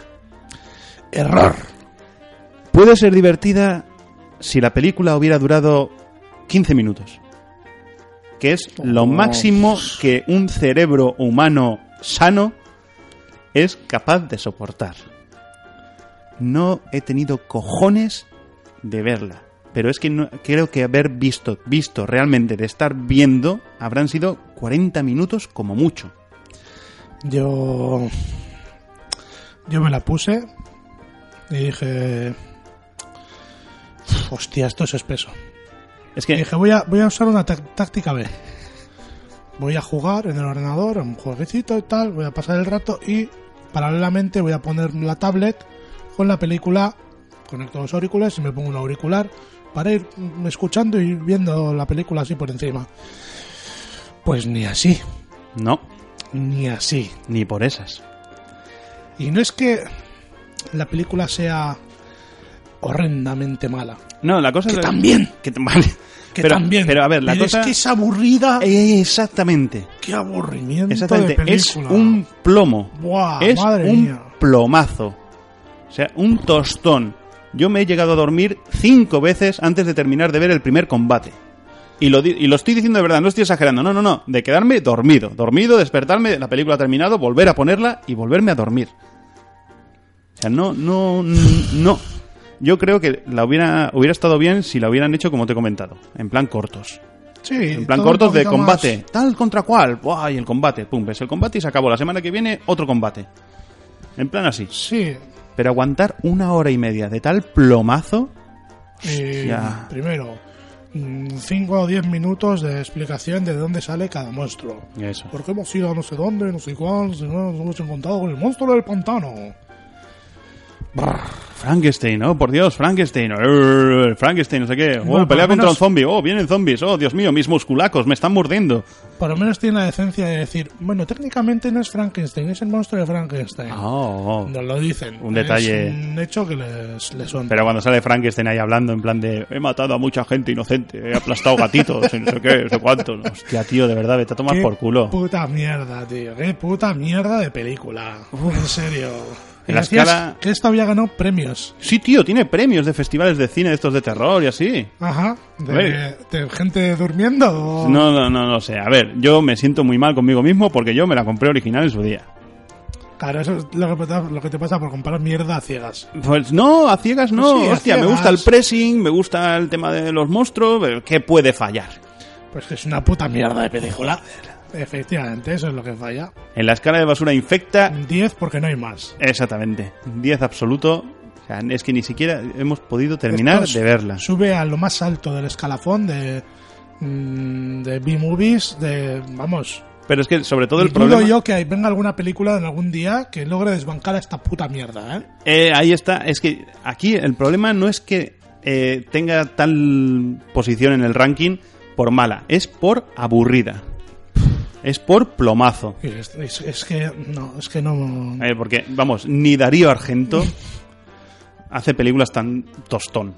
Speaker 6: Error.
Speaker 5: Puede ser divertida si la película hubiera durado 15 minutos. Que es lo
Speaker 6: Oh.
Speaker 5: máximo que un cerebro humano sano es capaz de soportar. No he tenido cojones de verla. Pero es que no- creo que haber visto, visto realmente, de estar viendo, habrán sido 40 minutos como mucho.
Speaker 6: Yo. Yo me la puse y dije. Hostia, esto es espeso.
Speaker 5: Es que.
Speaker 6: Y dije, voy a, voy a usar una tá- táctica B. Voy a jugar en el ordenador, a un jueguecito y tal, voy a pasar el rato y paralelamente voy a poner la tablet con la película, conecto los auriculares y me pongo un auricular para ir mm, escuchando y viendo la película así por encima. Pues ni así,
Speaker 5: No,
Speaker 6: ni así.
Speaker 5: ni por esas.
Speaker 6: Y no es que la película sea horrendamente mala.
Speaker 5: No, la cosa
Speaker 6: Que
Speaker 5: es
Speaker 6: también.
Speaker 5: Que, t- *laughs* vale.
Speaker 6: Que
Speaker 5: pero,
Speaker 6: también.
Speaker 5: Pero a ver, la
Speaker 6: Pero
Speaker 5: cosa
Speaker 6: es que es aburrida.
Speaker 5: exactamente.
Speaker 6: Qué aburrimiento.
Speaker 5: Exactamente,
Speaker 6: de
Speaker 5: es
Speaker 6: película.
Speaker 5: un plomo.
Speaker 6: Buah,
Speaker 5: es
Speaker 6: madre
Speaker 5: un
Speaker 6: mía.
Speaker 5: plomazo. O sea, un tostón. Yo me he llegado a dormir cinco veces antes de terminar de ver el primer combate. Y lo, di- y lo estoy diciendo de verdad, no estoy exagerando. No, no, no. De quedarme dormido. Dormido, despertarme, la película ha terminado, volver a ponerla y volverme a dormir. O sea, no, no, n- no. Yo creo que la hubiera, hubiera estado bien si la hubieran hecho como te he comentado. En plan cortos.
Speaker 6: Sí,
Speaker 5: En plan
Speaker 6: todo un
Speaker 5: cortos de
Speaker 6: poquito más.
Speaker 5: combate. Tal contra cual. Buah, y el combate. Pum, ves el combate y se acabó. La semana que viene, otro combate. En plan así.
Speaker 6: Sí.
Speaker 5: Pero aguantar una hora y media de tal plomazo.
Speaker 6: Eh,
Speaker 5: Hostia.
Speaker 6: primero, 5 o 10 minutos de explicación de dónde sale cada monstruo.
Speaker 5: Eso.
Speaker 6: Porque hemos ido a no sé dónde, no sé cuál, no sé cuál, nos hemos encontrado con el monstruo del pantano.
Speaker 5: Frankenstein, oh, por Dios, Frankenstein. Arr, Frankenstein, no sé qué. Oh,
Speaker 6: Bueno, por
Speaker 5: pelea
Speaker 6: lo
Speaker 5: contra
Speaker 6: menos-
Speaker 5: un zombie. Oh, vienen zombies. Oh, Dios mío, mis musculacos me están mordiendo.
Speaker 6: Por lo menos tiene la decencia de decir, bueno, técnicamente no es Frankenstein, es el monstruo de Frankenstein.
Speaker 5: Oh, oh.
Speaker 6: Nos lo dicen.
Speaker 5: Un detalle.
Speaker 6: Es un hecho que les, les honra.
Speaker 5: Pero cuando sale Frankenstein ahí hablando en plan de he matado a mucha gente inocente, he aplastado gatitos, y no sé qué, no sé cuánto. Hostia, tío, de verdad, vete a tomar
Speaker 6: Qué
Speaker 5: por culo.
Speaker 6: Puta mierda, tío. Qué puta mierda de película. en serio.
Speaker 5: En la
Speaker 6: Decías
Speaker 5: escala-
Speaker 6: que esta había ganado premios.
Speaker 5: Sí, tío, tiene premios de festivales de cine de estos de terror y así.
Speaker 6: Ajá.
Speaker 5: A
Speaker 6: De,
Speaker 5: ver.
Speaker 6: de gente durmiendo. o-
Speaker 5: No, no, no, no sé. A ver, yo me siento muy mal conmigo mismo porque yo me la compré original en su día.
Speaker 6: Claro, eso es lo que, pasa- lo que te pasa por comprar mierda a ciegas.
Speaker 5: Pues no, a ciegas no.
Speaker 6: Pues sí, a
Speaker 5: Hostia, me
Speaker 6: ciegas.
Speaker 5: gusta el pressing, me gusta el tema de los monstruos, pero ¿qué puede fallar?
Speaker 6: Pues que es una puta mierda de película. Efectivamente, eso es lo que falla.
Speaker 5: En la escala de basura infecta,
Speaker 6: 10 porque no hay más.
Speaker 5: exactamente. 10 absoluto. O sea, es que ni siquiera hemos podido terminar
Speaker 6: Esto
Speaker 5: de verla.
Speaker 6: Sube a lo más alto del escalafón de, mm, de B-movies, de, vamos,
Speaker 5: Pero es que sobre todo el
Speaker 6: Y dudo
Speaker 5: problema...
Speaker 6: yo que venga alguna película en algún día que logre desbancar a esta puta mierda, ¿eh?
Speaker 5: Eh, ahí está. Es que aquí el problema no es que eh, tenga tal posición en el ranking por mala, es por aburrida. Es por plomazo.
Speaker 6: Y Es, es- es que no, es que no.
Speaker 5: A ver, porque, vamos, ni Darío
Speaker 6: *laughs*
Speaker 5: Argento hace películas tan tostón.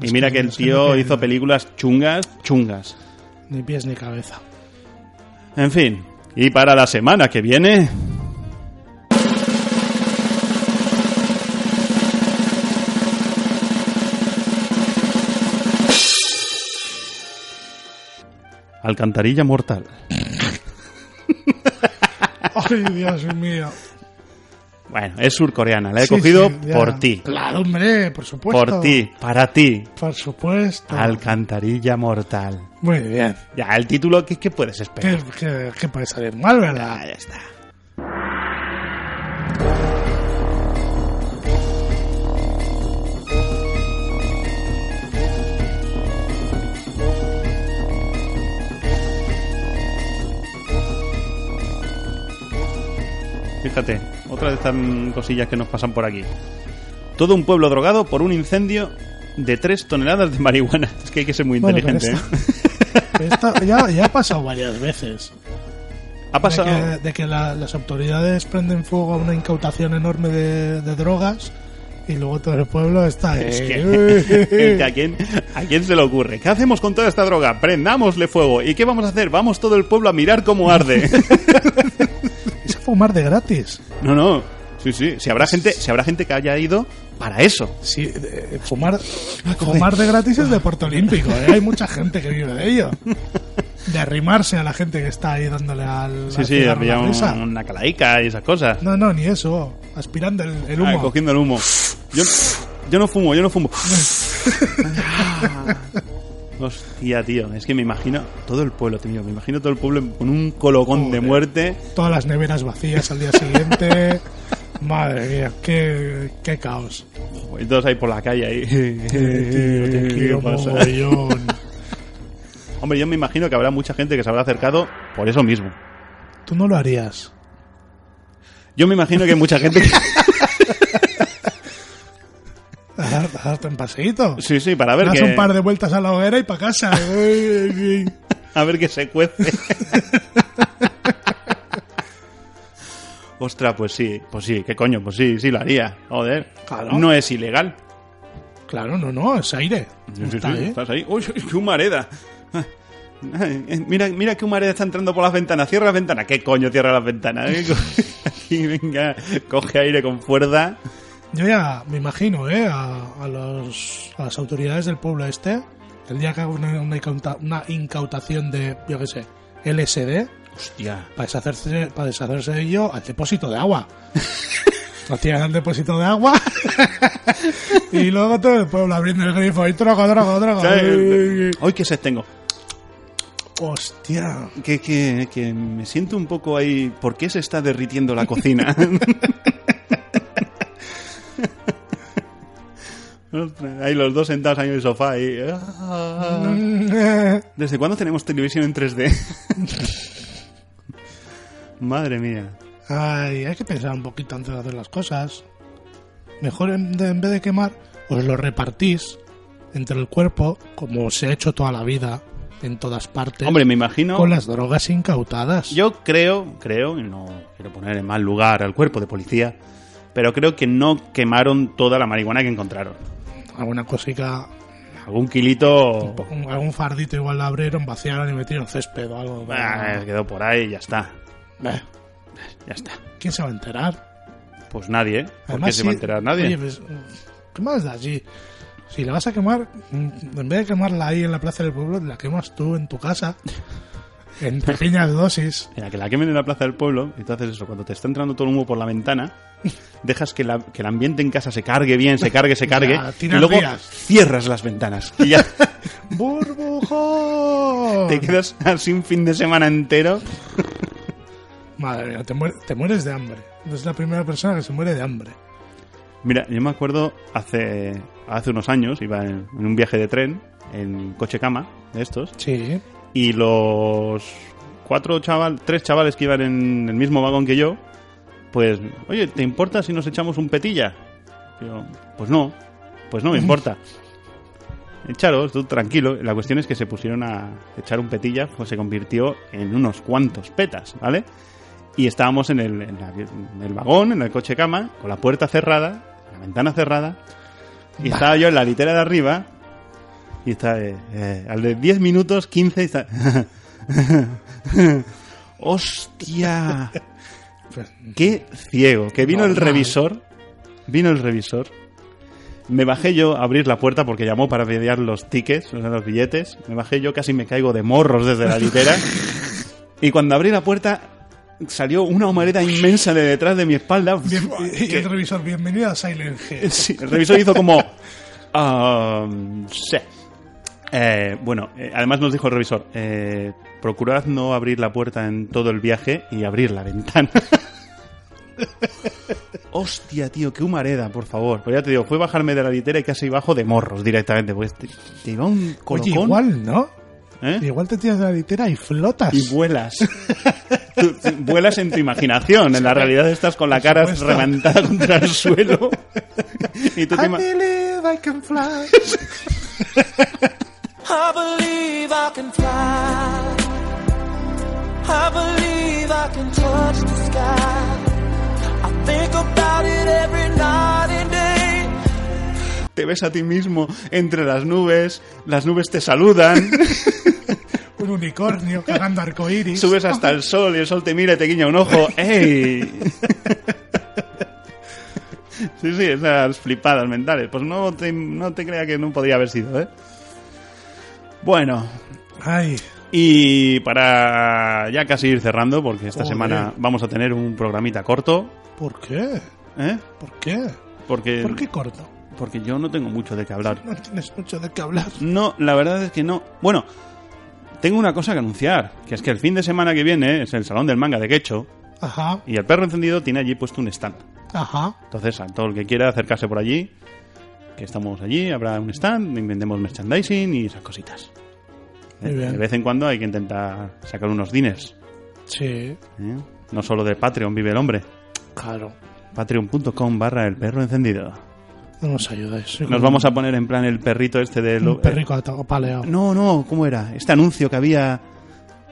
Speaker 5: Y mira que el
Speaker 6: es que no
Speaker 5: tío
Speaker 6: tiene-
Speaker 5: hizo películas chungas, chungas.
Speaker 6: Ni pies
Speaker 5: *laughs*
Speaker 6: ni cabeza.
Speaker 5: En fin, y para la semana que viene... Alcantarilla mortal.
Speaker 6: Ay, Dios mío.
Speaker 5: Bueno, es surcoreana, la he
Speaker 6: Sí,
Speaker 5: cogido
Speaker 6: sí, ya.
Speaker 5: por ti.
Speaker 6: Claro, hombre, por supuesto.
Speaker 5: Por ti, para ti.
Speaker 6: Por supuesto.
Speaker 5: Alcantarilla mortal.
Speaker 6: Muy bien.
Speaker 5: Ya, el título, ¿qué, qué puedes esperar?
Speaker 6: ¿Qué, qué- qué puede salir mal, verdad?
Speaker 5: ya está. Fíjate, otra de estas mm, cosillas que nos pasan por aquí. Todo un pueblo drogado por un incendio de 3 toneladas de marihuana. *laughs* Es que hay que ser muy
Speaker 6: Bueno, pero
Speaker 5: inteligente. ¿eh?
Speaker 6: *laughs* Esta- ya, ya ha pasado varias veces.
Speaker 5: Ha pasado.
Speaker 6: De que, de que la- las autoridades prenden fuego a una incautación enorme de, de drogas y luego todo el pueblo
Speaker 5: *laughs*
Speaker 6: está.
Speaker 5: Es que,
Speaker 6: eh,
Speaker 5: *laughs*
Speaker 6: *laughs*
Speaker 5: es que ¿a, quién, ¿a quién se le ocurre? ¿Qué hacemos con toda esta droga? Prendámosle fuego. ¿Y qué vamos a hacer? Vamos todo el pueblo a mirar cómo arde. *laughs*
Speaker 6: es fumar de gratis.
Speaker 5: No, no. Sí, sí. Si habrá gente, si habrá gente que haya ido para eso.
Speaker 6: Sí, de- fumar, fumar de gratis es deporte olímpico. ¿eh? Hay mucha gente que vive de ello. De arrimarse a la gente que está ahí dándole al.
Speaker 5: Sí,
Speaker 6: al
Speaker 5: sí,
Speaker 6: cigarro
Speaker 5: había
Speaker 6: la
Speaker 5: un-
Speaker 6: brisa.
Speaker 5: una calaica y esas cosas.
Speaker 6: No, no, ni eso. Aspirando el, el
Speaker 5: Ah,
Speaker 6: humo.
Speaker 5: cogiendo el humo. Yo, yo no fumo, yo no
Speaker 6: *laughs*
Speaker 5: fumo. Hostia, tío, es que me imagino todo el pueblo, tío, me imagino todo el pueblo con un colocón de muerte.
Speaker 6: Todas las neveras vacías al día *laughs* siguiente. Madre mía, qué, qué caos.
Speaker 5: Y todos ahí por la calle ahí.
Speaker 6: Eh, tío, te quiero mogollón.
Speaker 5: Hombre, yo me imagino que habrá mucha gente que se habrá acercado por eso mismo.
Speaker 6: *laughs* Tú no lo harías.
Speaker 5: Yo me imagino que hay mucha gente que...
Speaker 6: *laughs* A dar- a darte un paseíto.
Speaker 5: Sí, sí, para ver
Speaker 6: Das
Speaker 5: que...
Speaker 6: un par de vueltas a la hoguera y para casa. eh,
Speaker 5: *laughs*
Speaker 6: Ay, ay, ay.
Speaker 5: A ver qué se *laughs* cuece. Ostras, pues sí, pues sí, qué coño, pues sí, sí lo haría. Joder.
Speaker 6: Claro.
Speaker 5: No es ilegal.
Speaker 6: Claro, no, no, es aire.
Speaker 5: Sí, sí,
Speaker 6: Está,
Speaker 5: sí,
Speaker 6: ¿eh?
Speaker 5: Estás ahí. Uy, uy, qué humareda. Ay, eh, Mira, mira qué humareda está entrando por las ventanas. Cierra las ventanas. ¿Qué coño cierra las ventanas? Eh, *laughs* co- Aquí, venga, coge aire con fuerza.
Speaker 6: Yo ya me imagino, ¿eh? A, a los, a las autoridades del pueblo este, el día que haga una, una incauta- una incautación de, yo qué sé, LSD,
Speaker 5: Hostia.
Speaker 6: para deshacerse, para deshacerse de ello, al depósito
Speaker 5: *laughs*
Speaker 6: de agua. Lo tiran al depósito de agua *laughs* y luego todo el pueblo abriendo el grifo y trago, trago, trago.
Speaker 5: Hoy qué sed tengo.
Speaker 6: Hostia.
Speaker 5: Que, que, que me siento un poco ahí. ¿Por qué se está derritiendo la cocina? Ostras, ahí los dos sentados ahí en el sofá. ahí. ah. ¿Desde cuándo tenemos televisión en 3D? *laughs* Madre mía.
Speaker 6: Ay, hay que pensar un poquito antes de hacer las cosas. Mejor en, de- en vez de quemar, os lo repartís entre el cuerpo, como se ha hecho toda la vida, en todas partes.
Speaker 5: Hombre, me imagino.
Speaker 6: Con las drogas incautadas.
Speaker 5: Yo creo, creo, y no quiero poner en mal lugar al cuerpo de policía, pero creo que no quemaron toda la marihuana que encontraron.
Speaker 6: Alguna cosica,
Speaker 5: Algún kilito
Speaker 6: un- algún fardito igual la abrieron, vaciaron y metieron césped o algo.
Speaker 5: bah, quedó por ahí y ya está. Eh.
Speaker 6: Bah.
Speaker 5: Ya está.
Speaker 6: ¿Quién se va a enterar?
Speaker 5: Pues nadie, ¿eh? ¿Por qué
Speaker 6: Además,
Speaker 5: se va a
Speaker 6: sí-
Speaker 5: enterar nadie?
Speaker 6: Oye, pues, ¿qué más da allí? Si la vas a quemar, mm, en vez de quemarla ahí en la plaza del pueblo, la quemas tú en tu casa,
Speaker 5: *laughs*
Speaker 6: en pequeñas dosis.
Speaker 5: Mira, que la quemen en la plaza del pueblo, y tú haces eso, cuando te está entrando todo el humo por la
Speaker 6: *laughs*
Speaker 5: ventana, dejas que, la- que el ambiente en casa se cargue bien, se cargue, se cargue,
Speaker 6: *laughs* Ya,
Speaker 5: y
Speaker 6: tiras
Speaker 5: luego
Speaker 6: vías.
Speaker 5: cierras las ventanas. Y ya
Speaker 6: *laughs* ¡Burbujo!
Speaker 5: te quedas así un fin de semana entero.
Speaker 6: Madre mía, te, muer- te mueres de hambre. Eres la primera persona que se muere de hambre.
Speaker 5: Mira, yo me acuerdo hace, hace unos años, iba en, en un viaje de tren, en coche cama, de estos.
Speaker 6: Sí.
Speaker 5: Y los cuatro chaval, tres chavales que iban en el mismo vagón que yo, pues, oye, ¿te importa si nos echamos un petilla? Y yo, pues no, pues no me importa. Echaros, tú tranquilo. La cuestión es que se pusieron a echar un petilla, pues se convirtió en unos cuantos petas, ¿vale? Y estábamos en el, en la- en el vagón, en el coche cama, con la puerta cerrada, la ventana cerrada, y estaba yo en la litera de arriba, y está, eh, eh, al de 10 minutos, 15, y está... *laughs* ¡Hostia! Pues, ¡Qué ciego! Que vino el
Speaker 6: Normal.
Speaker 5: revisor, vino el revisor, me bajé yo a abrir la puerta porque llamó para mediar los tickets, o sea, los billetes. Me bajé yo, casi me caigo de morros desde la litera. y cuando abrí la puerta, salió una humareda inmensa de detrás de mi espalda.
Speaker 6: Y el revisor, bienvenido a Silent Hill.
Speaker 5: *laughs* Sí, el revisor hizo como... "Ah, sí". Eh, bueno, eh, además nos dijo el revisor, eh, procurad no abrir la puerta en todo el viaje y abrir la ventana. *laughs* Hostia, tío, qué humareda, por favor. Pues ya te digo, fue bajarme de la litera y casi bajo de morros directamente. Pues te, te iba un
Speaker 6: Oye,
Speaker 5: colocón.
Speaker 6: igual, ¿no?
Speaker 5: ¿Eh?
Speaker 6: Igual te tiras de la litera y flotas.
Speaker 5: Y *laughs* vuelas. Tú- tú vuelas en tu imaginación. En la realidad estás con la cara
Speaker 6: supuesto.
Speaker 5: reventada contra el *laughs* suelo. Y tú te
Speaker 6: I
Speaker 5: ima-
Speaker 6: believe I can fly.
Speaker 5: *laughs*
Speaker 4: I believe I can fly. I believe I can touch the sky. I think about it every night and day.
Speaker 5: te ves a ti mismo entre las nubes. Las nubes te
Speaker 6: *laughs*
Speaker 5: saludan.
Speaker 6: Un unicornio cagando arcoíris.
Speaker 5: Subes hasta el sol y el sol te mira y te guiña un ojo.
Speaker 6: *laughs*
Speaker 5: ¡Ey! Sí, sí, esas flipadas mentales. Pues no te, no te crea que no podría haber sido, ¿eh? Bueno,
Speaker 6: Ay,
Speaker 5: y para ya casi ir cerrando, porque esta
Speaker 6: Joder.
Speaker 5: semana vamos a tener un programita corto,
Speaker 6: ¿por qué?
Speaker 5: ¿eh?
Speaker 6: ¿Por qué?
Speaker 5: Porque,
Speaker 6: ¿Por qué corto?
Speaker 5: porque yo no tengo mucho de qué hablar.
Speaker 6: No tienes mucho de qué hablar.
Speaker 5: No, la verdad es que no. Bueno, tengo una cosa que anunciar, que es que el fin de semana que viene es el Salón del Manga de Quecho,
Speaker 6: Ajá,
Speaker 5: y el perro encendido tiene allí puesto un stand.
Speaker 6: ajá.
Speaker 5: Entonces, a todo el que quiera acercarse por allí, que estamos allí, habrá un stand, vendemos merchandising y esas cositas.
Speaker 6: Muy
Speaker 5: Eh,
Speaker 6: bien.
Speaker 5: De vez en cuando hay que intentar sacar unos diners.
Speaker 6: Sí,
Speaker 5: ¿eh? No solo de Patreon vive el hombre.
Speaker 6: claro.
Speaker 5: Patreon.com barra el perro encendido.
Speaker 6: No nos ayudáis. Soy
Speaker 5: Nos
Speaker 6: como
Speaker 5: vamos a poner en plan el perrito este de...
Speaker 6: un
Speaker 5: lo-
Speaker 6: perrico ata- paleado.
Speaker 5: No, no, ¿cómo era? Este anuncio que había...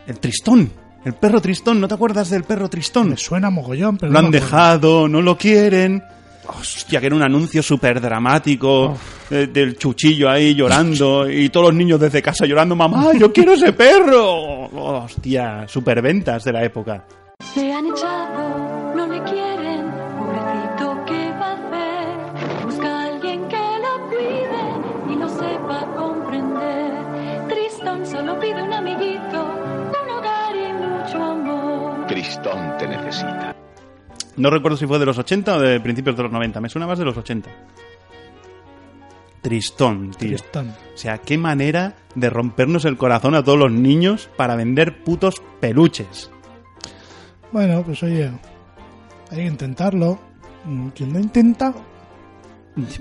Speaker 5: El Tristón. El perro Tristón. ¿No te acuerdas del perro Tristón?
Speaker 6: Me suena mogollón, pero
Speaker 5: Lo
Speaker 6: no
Speaker 5: han
Speaker 6: me acuerdo.
Speaker 5: dejado, no lo quieren. Hostia, que era un anuncio súper dramático eh, del chuchillo ahí llorando y todos los niños desde casa llorando, mamá, yo quiero ese perro. Hostia, superventas de la época.
Speaker 15: Le han echado, no le quieren, pobrecito, ¿qué va a hacer? Busca a alguien que lo cuide y lo sepa comprender. Tristón solo pide un amiguito, un hogar y mucho amor.
Speaker 16: Tristón te necesita.
Speaker 5: No recuerdo si fue de los 80 o de principios de los 90. Me suena más de los 80. Tristón, tío.
Speaker 6: Tristón.
Speaker 5: O sea, qué manera de rompernos el corazón a todos los niños para vender putos peluches.
Speaker 6: Bueno, pues oye, hay que intentarlo. Mm, Quien no intenta,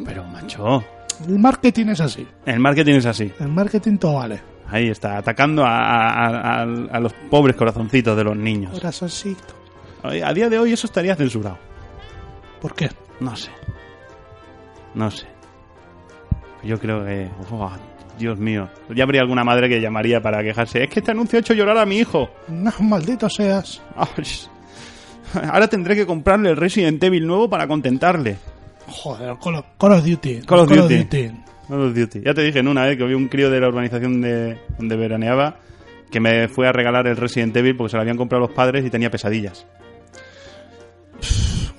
Speaker 5: Pero, macho,
Speaker 6: el marketing es así.
Speaker 5: el marketing es así.
Speaker 6: El marketing todo vale.
Speaker 5: Ahí está, atacando a, a- a- a los pobres corazoncitos de los niños.
Speaker 6: Corazoncito.
Speaker 5: Oye, A día de hoy eso estaría censurado.
Speaker 6: ¿Por qué?
Speaker 5: No sé. No sé. Yo creo que... Uf, Dios mío. Ya habría alguna madre que llamaría para quejarse. Es que este anuncio ha hecho llorar a mi hijo. *laughs*
Speaker 6: No, maldito seas.
Speaker 5: Ay, Ahora tendré que comprarle el Resident Evil nuevo para contentarle.
Speaker 6: Joder, Call of, Call of Duty.
Speaker 5: Call of Duty. Call of Duty. Ya te dije en una vez que había un crío de la urbanización de, donde veraneaba que me fue a regalar el Resident Evil porque se lo habían comprado los padres y tenía pesadillas.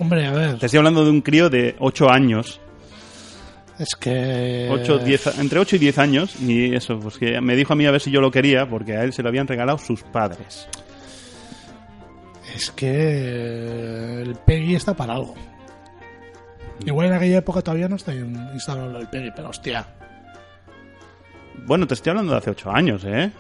Speaker 6: Hombre, a ver,
Speaker 5: Te estoy hablando de un crío de 8 años,
Speaker 6: es que...
Speaker 5: ocho, 10 a- entre 8 y 10 años, y eso, pues que me dijo a mí a ver si yo lo quería porque a él se lo habían regalado sus padres.
Speaker 6: Es que el PEGI está para algo. Igual en aquella época todavía no está in- instalado el PEGI, pero hostia.
Speaker 5: Bueno, te estoy hablando de hace 8 años, ¿eh?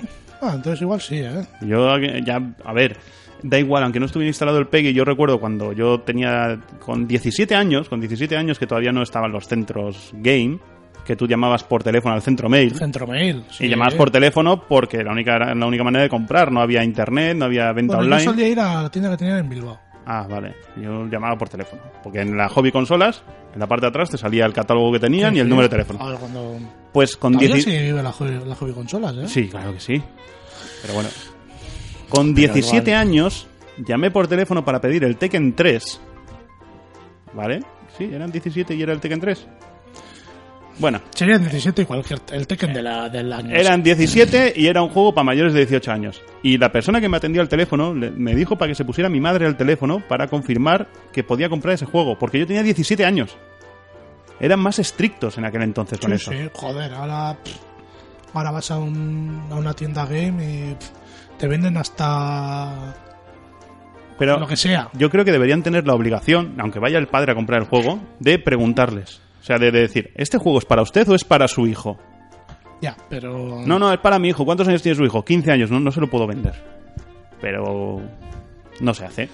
Speaker 6: Ah, entonces igual sí, ¿eh?
Speaker 5: Yo eh, ya, a ver, da igual, aunque no estuviera instalado el PEGI, yo recuerdo cuando yo tenía con 17 años, con 17 años que todavía no estaban los centros game, que tú llamabas por teléfono al centro mail.
Speaker 6: Centro mail.
Speaker 5: Y llamabas por teléfono porque la única era la única manera de comprar, no había internet, no había venta
Speaker 6: bueno,
Speaker 5: online.
Speaker 6: Yo solía ir a la tienda que tenían en Bilbao.
Speaker 5: Ah, vale. Yo llamaba por teléfono, porque en la hobby consolas, en la parte de atrás te salía el catálogo que tenían y el número de teléfono.
Speaker 6: A ver, cuando...
Speaker 5: Pues con
Speaker 6: Todavía
Speaker 5: 17
Speaker 6: sí vive la hobby, la hobby consolas, ¿eh?
Speaker 5: Sí, claro que sí. Pero bueno. Con
Speaker 6: Pero
Speaker 5: 17
Speaker 6: igual.
Speaker 5: años llamé por teléfono para pedir el Tekken 3. ¿Vale? Sí, eran 17 y era el Tekken 3. Bueno,
Speaker 6: Serían 17 y cualquier... El Tekken de la, del año.
Speaker 5: eran 17 y era un juego para mayores de 18 años. Y la persona que me atendió al teléfono le- me dijo para que se pusiera mi madre al teléfono para confirmar que podía comprar ese juego, porque yo tenía 17 años. Eran más estrictos en aquel entonces con
Speaker 6: Sí,
Speaker 5: eso.
Speaker 6: sí, joder, ahora... pff, ahora vas a, un- a una tienda game y... pff, te venden hasta...
Speaker 5: Pero
Speaker 6: Lo que sea.
Speaker 5: Yo creo que deberían tener la obligación, aunque vaya el padre a comprar el juego, de preguntarles. O sea, de, de decir, ¿este juego es para usted o es para su hijo?
Speaker 6: Ya, pero...
Speaker 5: No, no, es para mi hijo. ¿Cuántos años tiene su hijo? 15 años, no, no se lo puedo vender. Pero no se hace.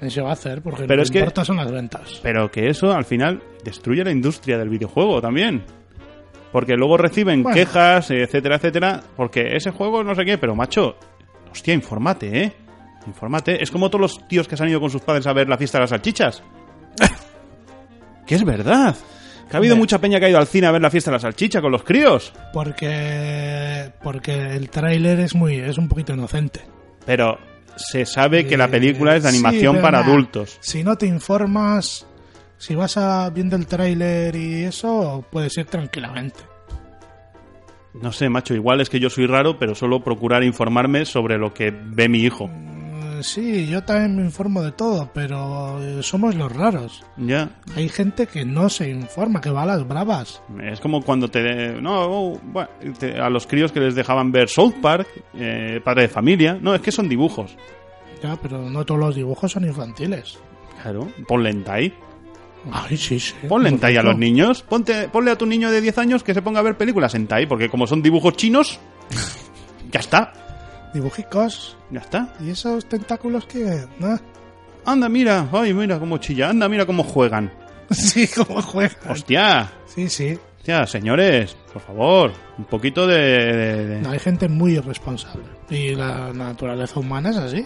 Speaker 6: Ni se va a hacer porque
Speaker 5: Pero
Speaker 6: lo
Speaker 5: es que-
Speaker 6: que importa son las ventas.
Speaker 5: Pero que eso al final destruye la industria del videojuego también. Porque luego reciben
Speaker 6: Bueno.
Speaker 5: quejas, eh, etcétera, etcétera. Porque ese juego no sé qué, pero macho, hostia, infórmate, ¿eh? Infórmate. Es como todos los tíos que se han ido con sus padres a ver la fiesta de las
Speaker 6: *laughs*
Speaker 5: salchichas. que es verdad. Que ha habido
Speaker 6: Hombre.
Speaker 5: mucha peña que ha ido al cine a ver la fiesta de la salchicha con los críos.
Speaker 6: Porque porque el tráiler es muy es un poquito inocente. Eh,
Speaker 5: Pero se sabe que la película es de
Speaker 6: Sí,
Speaker 5: animación
Speaker 6: pero
Speaker 5: para
Speaker 6: nah,
Speaker 5: adultos.
Speaker 6: Si no te informas, si vas a viendo el tráiler y eso, puedes ir tranquilamente.
Speaker 5: No sé, macho, igual es que yo soy raro, pero solo procurar informarme sobre lo que ve mi hijo.
Speaker 6: Mm, Sí, yo también me informo de todo, pero eh, somos los raros.
Speaker 5: Ya.
Speaker 6: Hay gente que no se informa, que va a las bravas.
Speaker 5: Es como cuando te. No, oh, bueno, te- a los críos que les dejaban ver South Park, eh, padre de familia. No, es que son dibujos.
Speaker 6: Ya, pero no todos los dibujos son infantiles.
Speaker 5: Claro. Ponle hentai.
Speaker 6: Ay, sí, sí.
Speaker 5: Ponle
Speaker 6: por
Speaker 5: hentai a
Speaker 6: ejemplo.
Speaker 5: los niños. Ponte, ponle a tu niño de 10 años que se ponga a ver películas hentai, porque como son dibujos chinos. ya está.
Speaker 6: Dibujicos.
Speaker 5: Ya está.
Speaker 6: ¿Y esos tentáculos que nah.
Speaker 5: Anda, mira. Ay, mira cómo chilla. Anda, mira cómo juegan. *laughs*
Speaker 6: Sí, como juegan.
Speaker 5: Hostia.
Speaker 6: Sí, sí.
Speaker 5: Hostia, señores, por favor. Un poquito de. de- de-
Speaker 6: No, hay gente muy irresponsable. Y la naturaleza humana es así.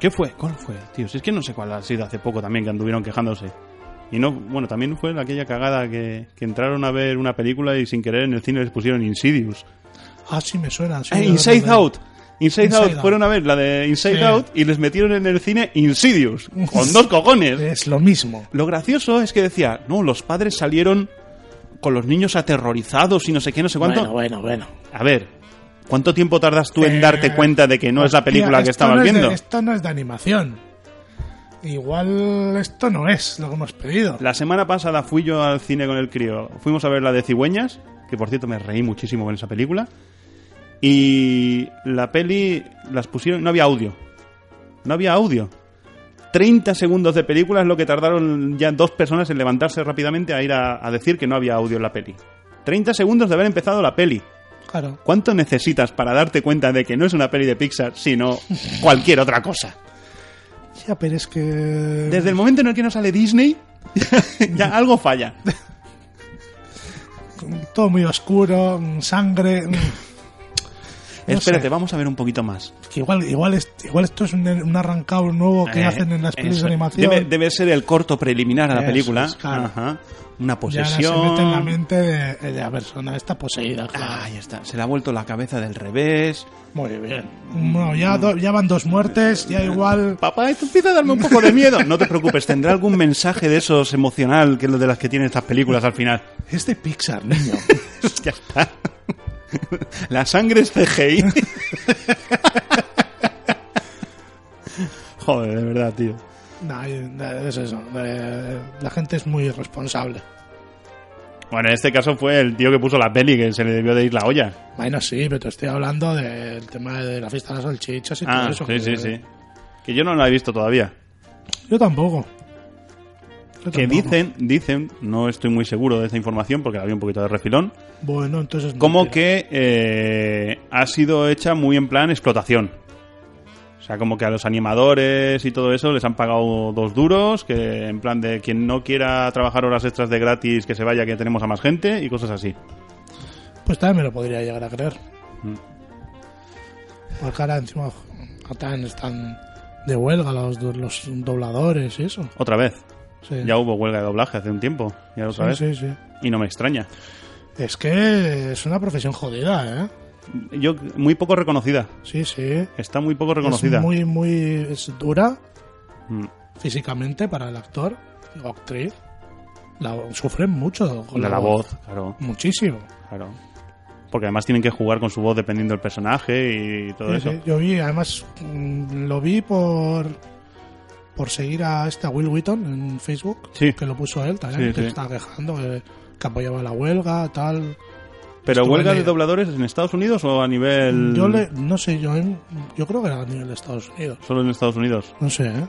Speaker 5: ¿Qué fue? ¿Cuál fue? Tío, si es que no sé cuál ha sido hace poco también que anduvieron quejándose. Y no, bueno, también fue aquella cagada que, que entraron a ver una película y sin querer en el cine les pusieron Insidious.
Speaker 6: Ah, sí, me suena. sí,
Speaker 5: ¡Eh,
Speaker 6: de
Speaker 5: Inside
Speaker 6: verdad.
Speaker 5: Out! Inside,
Speaker 6: Inside
Speaker 5: Out,
Speaker 6: Out.
Speaker 5: fueron a ver la de Inside
Speaker 6: Sí.
Speaker 5: Out y les metieron en el cine Insidious, con dos cojones.
Speaker 6: Es lo mismo.
Speaker 5: Lo gracioso es que decía, no, los padres salieron con los niños aterrorizados y no sé qué, no sé cuánto.
Speaker 17: Bueno, bueno, bueno.
Speaker 5: A ver, ¿cuánto tiempo tardas tú en darte cuenta de que no es la película
Speaker 6: Tía,
Speaker 5: que
Speaker 6: esto
Speaker 5: estabas
Speaker 6: no es de-
Speaker 5: viendo?
Speaker 6: esto no es de animación. Igual esto no es lo que hemos pedido.
Speaker 5: La semana pasada fui yo al cine con el crío. Fuimos a ver la de Cigüeñas, que por cierto me reí muchísimo con esa película. Y la peli las pusieron, no había audio. No había audio. 30 segundos de película es lo que tardaron ya dos personas en levantarse rápidamente a ir a, a decir que no había audio en la peli. 30 segundos de haber empezado la peli.
Speaker 6: Claro.
Speaker 5: ¿Cuánto necesitas para darte cuenta de que no es una peli de Pixar, sino cualquier otra cosa?
Speaker 6: Ya, pero es que.
Speaker 5: Desde el momento en el que no sale Disney, *laughs* ya algo falla.
Speaker 6: Todo muy oscuro, mm, sangre. mm. No
Speaker 5: Espérate,
Speaker 6: sé.
Speaker 5: vamos a ver un poquito más.
Speaker 6: Que igual, igual, es- igual esto es un, un arrancado nuevo que
Speaker 5: Eh,
Speaker 6: hacen en las pelis
Speaker 5: eso.
Speaker 6: de animación.
Speaker 5: Debe, debe ser el corto preliminar a la
Speaker 6: Eso
Speaker 5: película.
Speaker 6: es, claro.
Speaker 5: Ajá. Una
Speaker 6: Y ahora se mete en la
Speaker 5: posesión.
Speaker 6: mente de, de la persona, está poseída. claro.
Speaker 5: Ahí está. Se le ha vuelto la cabeza del revés.
Speaker 6: Muy bien. Bueno, ya, do- ya van dos muertes, ya igual.
Speaker 5: Papá, esto empieza a darme un *laughs* poco de miedo. No te preocupes, tendrá algún mensaje de esos emocional que es lo de las que tienen estas películas al final. *laughs*
Speaker 6: Es de Pixar, *laughs* niño.
Speaker 5: ya está. *laughs* La sangre es CGI. *laughs* Joder, de verdad, tío.
Speaker 6: No, es eso. eh, La gente es muy irresponsable.
Speaker 5: Bueno, en este caso fue el tío que puso la peli, que se le debió de ir la olla.
Speaker 6: Bueno, sí, pero te estoy hablando del tema de la fiesta de las salchichas y
Speaker 5: Ah,
Speaker 6: todo eso.
Speaker 5: sí,
Speaker 6: que-
Speaker 5: sí, sí. Que yo no la he visto todavía.
Speaker 6: Yo tampoco. Yo
Speaker 5: Que
Speaker 6: tampoco.
Speaker 5: dicen, dicen, no estoy muy seguro de esta información porque la vi un poquito de refilón,
Speaker 6: Bueno, entonces. no.
Speaker 5: como que eh, ha sido hecha muy en plan explotación. O sea, como que a los animadores y todo eso les han pagado dos duros, que en plan de quien no quiera trabajar horas extras de gratis, que se vaya, que tenemos a más gente y cosas así.
Speaker 6: Pues también me lo podría llegar a creer.
Speaker 5: Mm.
Speaker 6: Porque ahora encima están, están de huelga los, do- los dobladores y eso.
Speaker 5: Otra vez.
Speaker 6: Sí.
Speaker 5: Ya hubo huelga de doblaje hace un tiempo. Ya otra
Speaker 6: Sí,
Speaker 5: vez.
Speaker 6: sí, sí.
Speaker 5: Y no me extraña.
Speaker 6: Es que es una profesión jodida, ¿eh?
Speaker 5: Yo, muy poco reconocida.
Speaker 6: Sí, sí.
Speaker 5: Está muy poco reconocida.
Speaker 6: Es muy, muy es dura
Speaker 5: Mm.
Speaker 6: físicamente para el actor o actriz. La- sufren mucho con
Speaker 5: la, la voz, claro,
Speaker 6: Muchísimo.
Speaker 5: claro. Porque además tienen que jugar con su voz dependiendo del personaje y todo
Speaker 6: Sí,
Speaker 5: eso.
Speaker 6: sí. Yo vi, además, mm, lo vi por por seguir a esta Will Wheaton en Facebook,
Speaker 5: Sí.
Speaker 6: que lo puso él también,
Speaker 5: Sí,
Speaker 6: que
Speaker 5: sí.
Speaker 6: estaba quejando, que, que apoyaba la huelga, tal.
Speaker 5: Pero
Speaker 6: Estuve
Speaker 5: huelga de
Speaker 6: leyendo.
Speaker 5: dobladores en Estados Unidos o a nivel
Speaker 6: Yo le, no sé, yo, en- yo creo que era a nivel de Estados Unidos.
Speaker 5: solo en Estados Unidos.
Speaker 6: No sé, ¿eh?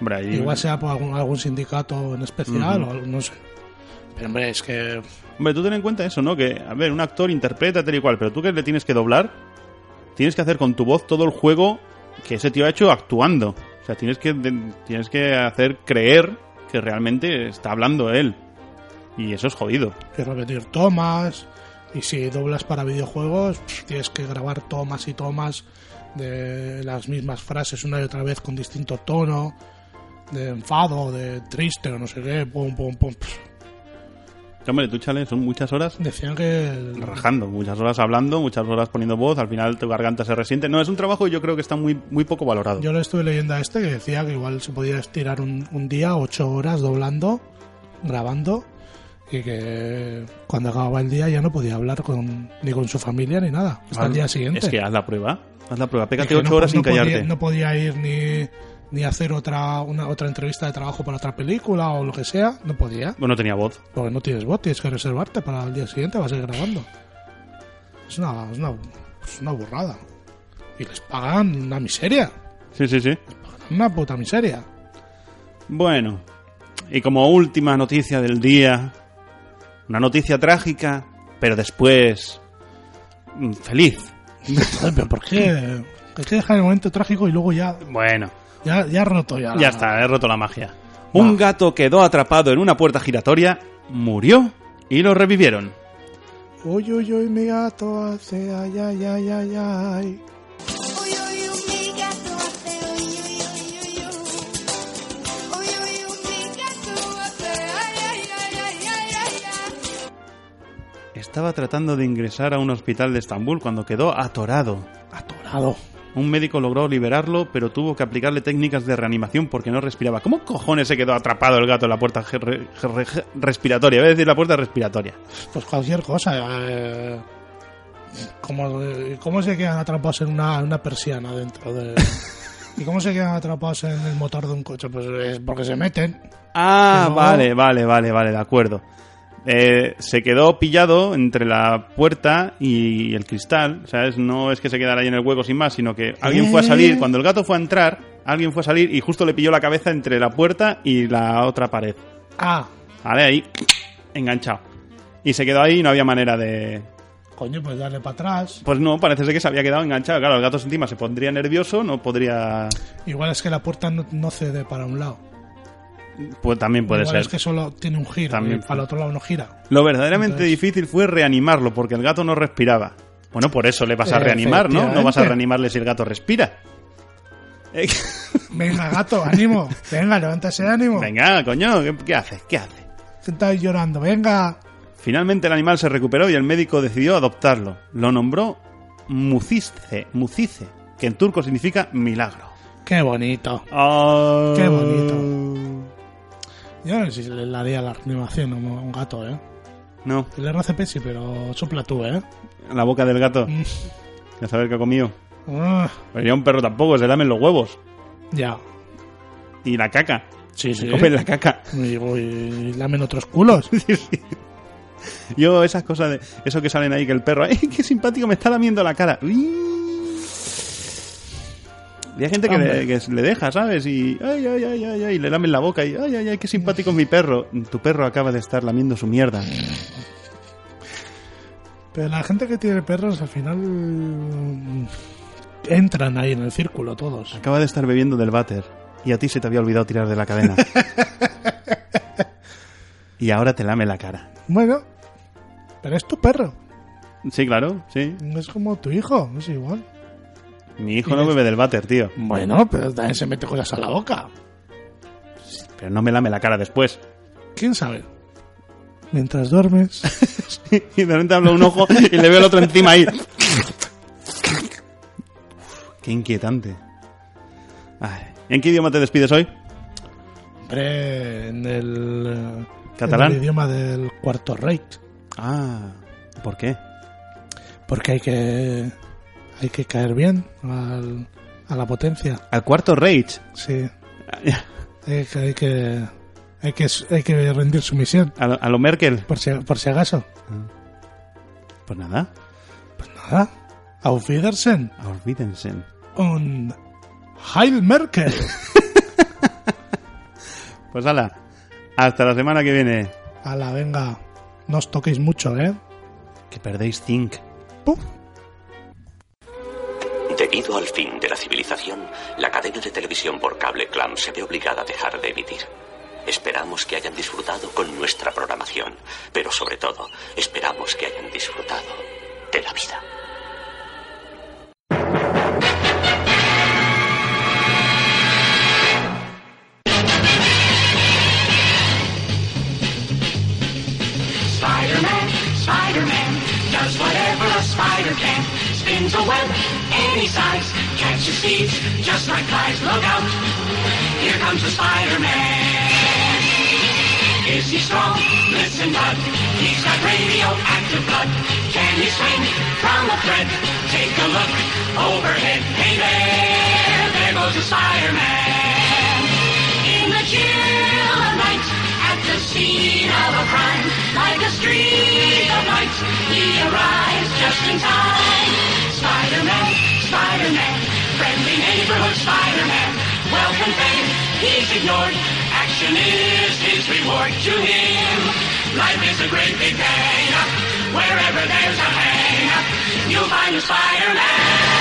Speaker 5: Hombre, ahí-
Speaker 6: Igual sea por algún, algún sindicato en especial,
Speaker 5: Ujú.
Speaker 6: o algo- no sé. Pero hombre, es que...
Speaker 5: Hombre, tú ten en cuenta eso, ¿no? Que a ver, un actor interpreta tal y cual, pero tú que le tienes que doblar, tienes que hacer con tu voz todo el juego que ese tío ha hecho actuando. O sea, tienes que de- tienes que hacer creer que realmente está hablando él. Y eso es jodido.
Speaker 6: que repetir tomas. Y si doblas para videojuegos, pff, tienes que grabar tomas y tomas de las mismas frases una y otra vez con distinto tono, de enfado, de triste o no sé qué, pum, pum, pum. pff.
Speaker 5: Hombre, tú chale, son muchas horas
Speaker 6: Decían que... el-
Speaker 5: rajando, muchas horas hablando, muchas horas poniendo voz, al final tu garganta se resiente. No, es un trabajo que yo creo que está muy, muy poco valorado.
Speaker 6: Yo le estuve leyendo a este que decía que igual se podía estirar un, un día ocho horas doblando, grabando, y que cuando acababa el día ya no podía hablar con, ni con su familia ni nada, hasta el
Speaker 5: Ah,
Speaker 6: día siguiente.
Speaker 5: Es que haz la prueba, haz la prueba, pégate
Speaker 6: que
Speaker 5: ocho
Speaker 6: no-
Speaker 5: horas sin
Speaker 6: no podía-
Speaker 5: callarte.
Speaker 6: no podía ir ni, ni hacer otra, una, otra entrevista de trabajo para otra película o lo que sea. No podía.
Speaker 5: Bueno, no tenía voz.
Speaker 6: Porque no tienes voz, tienes que reservarte para el día siguiente, vas a ir grabando. Es una, es una, es una burrada. Y les pagan una miseria.
Speaker 5: Sí, sí, sí.
Speaker 6: Una puta miseria.
Speaker 5: Bueno, y como última noticia del día, una noticia trágica, pero después mm, feliz.
Speaker 6: Joder, pero ¿por qué? Hay eh, que dejar el momento trágico y luego ya,
Speaker 5: Bueno,
Speaker 6: ya, ya roto ya.
Speaker 5: ya está, he roto la magia. Un gato quedó atrapado en una puerta giratoria, murió y lo revivieron.
Speaker 6: Uy, uy, uy, mi gato hace ay, ay, ay, ay, ay.
Speaker 5: Estaba tratando de ingresar a un hospital de Estambul cuando quedó atorado. Aló. Un médico logró liberarlo, pero tuvo que aplicarle técnicas de reanimación porque no respiraba. ¿Cómo cojones se quedó atrapado el gato en la puerta ge- re- ge- ge- respiratoria? Voy a decir la puerta respiratoria.
Speaker 6: Pues cualquier cosa. eh, como, eh, ¿Cómo se quedan atrapados en una, una persiana dentro *laughs* de... ¿Y cómo se quedan atrapados en el motor de un coche? Pues es porque se meten.
Speaker 5: Ah,
Speaker 6: Que no-
Speaker 5: vale, vale, vale, vale, de acuerdo. Eh, se quedó pillado entre la puerta y el cristal, ¿sabes? No es que se quedara ahí en el hueco sin más, sino que alguien fue a salir, cuando el gato fue a entrar, alguien fue a salir y justo le pilló la cabeza entre la puerta y la otra pared.
Speaker 6: Ah,
Speaker 5: Vale, ahí, enganchado. Y se quedó ahí y no había manera de...
Speaker 6: coño, pues dale para atrás.
Speaker 5: Pues no, parece ser que se había quedado enganchado. Claro, el gato encima se pondría nervioso, no podría...
Speaker 6: Igual es que la puerta no, no cede para un lado.
Speaker 5: Pues también puede
Speaker 6: Igual
Speaker 5: ser.
Speaker 6: es que solo tiene un giro.
Speaker 5: También
Speaker 6: y para el otro lado no gira.
Speaker 5: Lo verdaderamente difícil fue reanimarlo, porque el gato no respiraba. Bueno, por eso le vas a reanimar, ¿no? No vas a
Speaker 6: Eh, Efectivamente.
Speaker 5: reanimarle si el gato respira. Eh,
Speaker 6: Venga,
Speaker 5: *laughs*
Speaker 6: gato, ánimo. Venga, levanta ese ánimo.
Speaker 5: Venga, coño, ¿qué, qué haces? ¿Qué haces?
Speaker 6: Que Estás llorando. Venga.
Speaker 5: Finalmente el animal se recuperó y el médico decidió adoptarlo. Lo nombró Mucice, Mucice, que en turco significa milagro.
Speaker 6: Qué bonito.
Speaker 5: Ah.
Speaker 6: Qué
Speaker 5: Oh.
Speaker 6: bonito. Yo no sé si le haría la animación a un- a un gato, ¿eh?
Speaker 5: No,
Speaker 6: El RCP sí, pero sopla tú, ¿eh?
Speaker 5: la boca del gato.
Speaker 6: Mm.
Speaker 5: Ya saber qué ha comido.
Speaker 6: Ah,
Speaker 5: Pero ya un perro tampoco, se lamen los huevos.
Speaker 6: ya.
Speaker 5: Y la caca.
Speaker 6: Sí,
Speaker 5: se
Speaker 6: sí.
Speaker 5: comen la caca.
Speaker 6: Y, uy, lamen otros *laughs* culos.
Speaker 5: Yo, esas cosas de. Eso que salen ahí, que el perro. ¡Ay, qué simpático! Me está lamiendo la cara. Uy. Y hay gente que le,
Speaker 6: Hombre.
Speaker 5: que le deja, ¿sabes? Y. ¡Ay, ay, ay, ay! ay, y le lamen la boca. Y. ¡Ay, ay, ay! ¡Qué simpático es mi perro! Tu perro acaba de estar lamiendo su mierda.
Speaker 6: Pero la gente que tiene perros al final mm, entran ahí en el círculo todos.
Speaker 5: Acaba de estar bebiendo del váter. Y a ti se te había olvidado tirar de la *laughs* cadena. y ahora te lame la cara.
Speaker 6: Bueno, pero es tu perro,
Speaker 5: Sí, claro, sí.
Speaker 6: no es como tu hijo, es igual.
Speaker 5: Mi hijo no bebe del váter, tío.
Speaker 6: Bueno, pero también se mete cosas a la boca.
Speaker 5: Pero no me lame la cara después. *laughs*
Speaker 6: ¿Quién sabe? Mientras duermes.
Speaker 5: y de repente hablo un ojo y le veo el otro encima ahí. Qué inquietante. Ay, ¿En qué idioma te despides hoy?
Speaker 6: Hombre, en el. eh,
Speaker 5: ¿Catalán?
Speaker 6: en el idioma del cuarto Reich.
Speaker 5: Ah, ¿por qué?
Speaker 6: Porque hay que. Hay que caer bien al- a la potencia.
Speaker 5: Al cuarto Rage.
Speaker 6: Sí. Hay que. Hay que, hay que, hay que rendir sumisión.
Speaker 5: *laughs* A lo, a lo Merkel.
Speaker 6: Por si, por si acaso.
Speaker 5: Pues nada,
Speaker 6: Nada. Auf Wiedersehen.
Speaker 5: olvídense.
Speaker 6: Un. Heil Merkel.
Speaker 5: Pues hala, hasta la semana que viene.
Speaker 6: Ala, venga. No os toquéis mucho, ¿eh?
Speaker 5: Que perdéis Think.
Speaker 17: Debido al fin de la civilización, la cadena de televisión por cable Clam se ve obligada a dejar de emitir. Esperamos que hayan disfrutado con nuestra programación, pero sobre todo, esperamos que hayan disfrutado de la vida.
Speaker 4: Spider-Man, Spider-Man, does whatever a spider can. Spins a web any size, catches thieves just like flies. Look out, here comes the Spider-Man. Is he strong? Listen, bud, he's got radioactive blood. Can he swing from a thread? Take a look overhead. Hey there, there goes the Spider-Man. In the chill of night, at the scene of a crime, like a streak of light, he arrives just in time. Spider-Man, Spider-Man, friendly neighborhood Spider-Man. Welcome fame, he's ignored. Action is his reward to him. Life is a great big bang. Wherever there's a hang, you'll find a Spider-Man.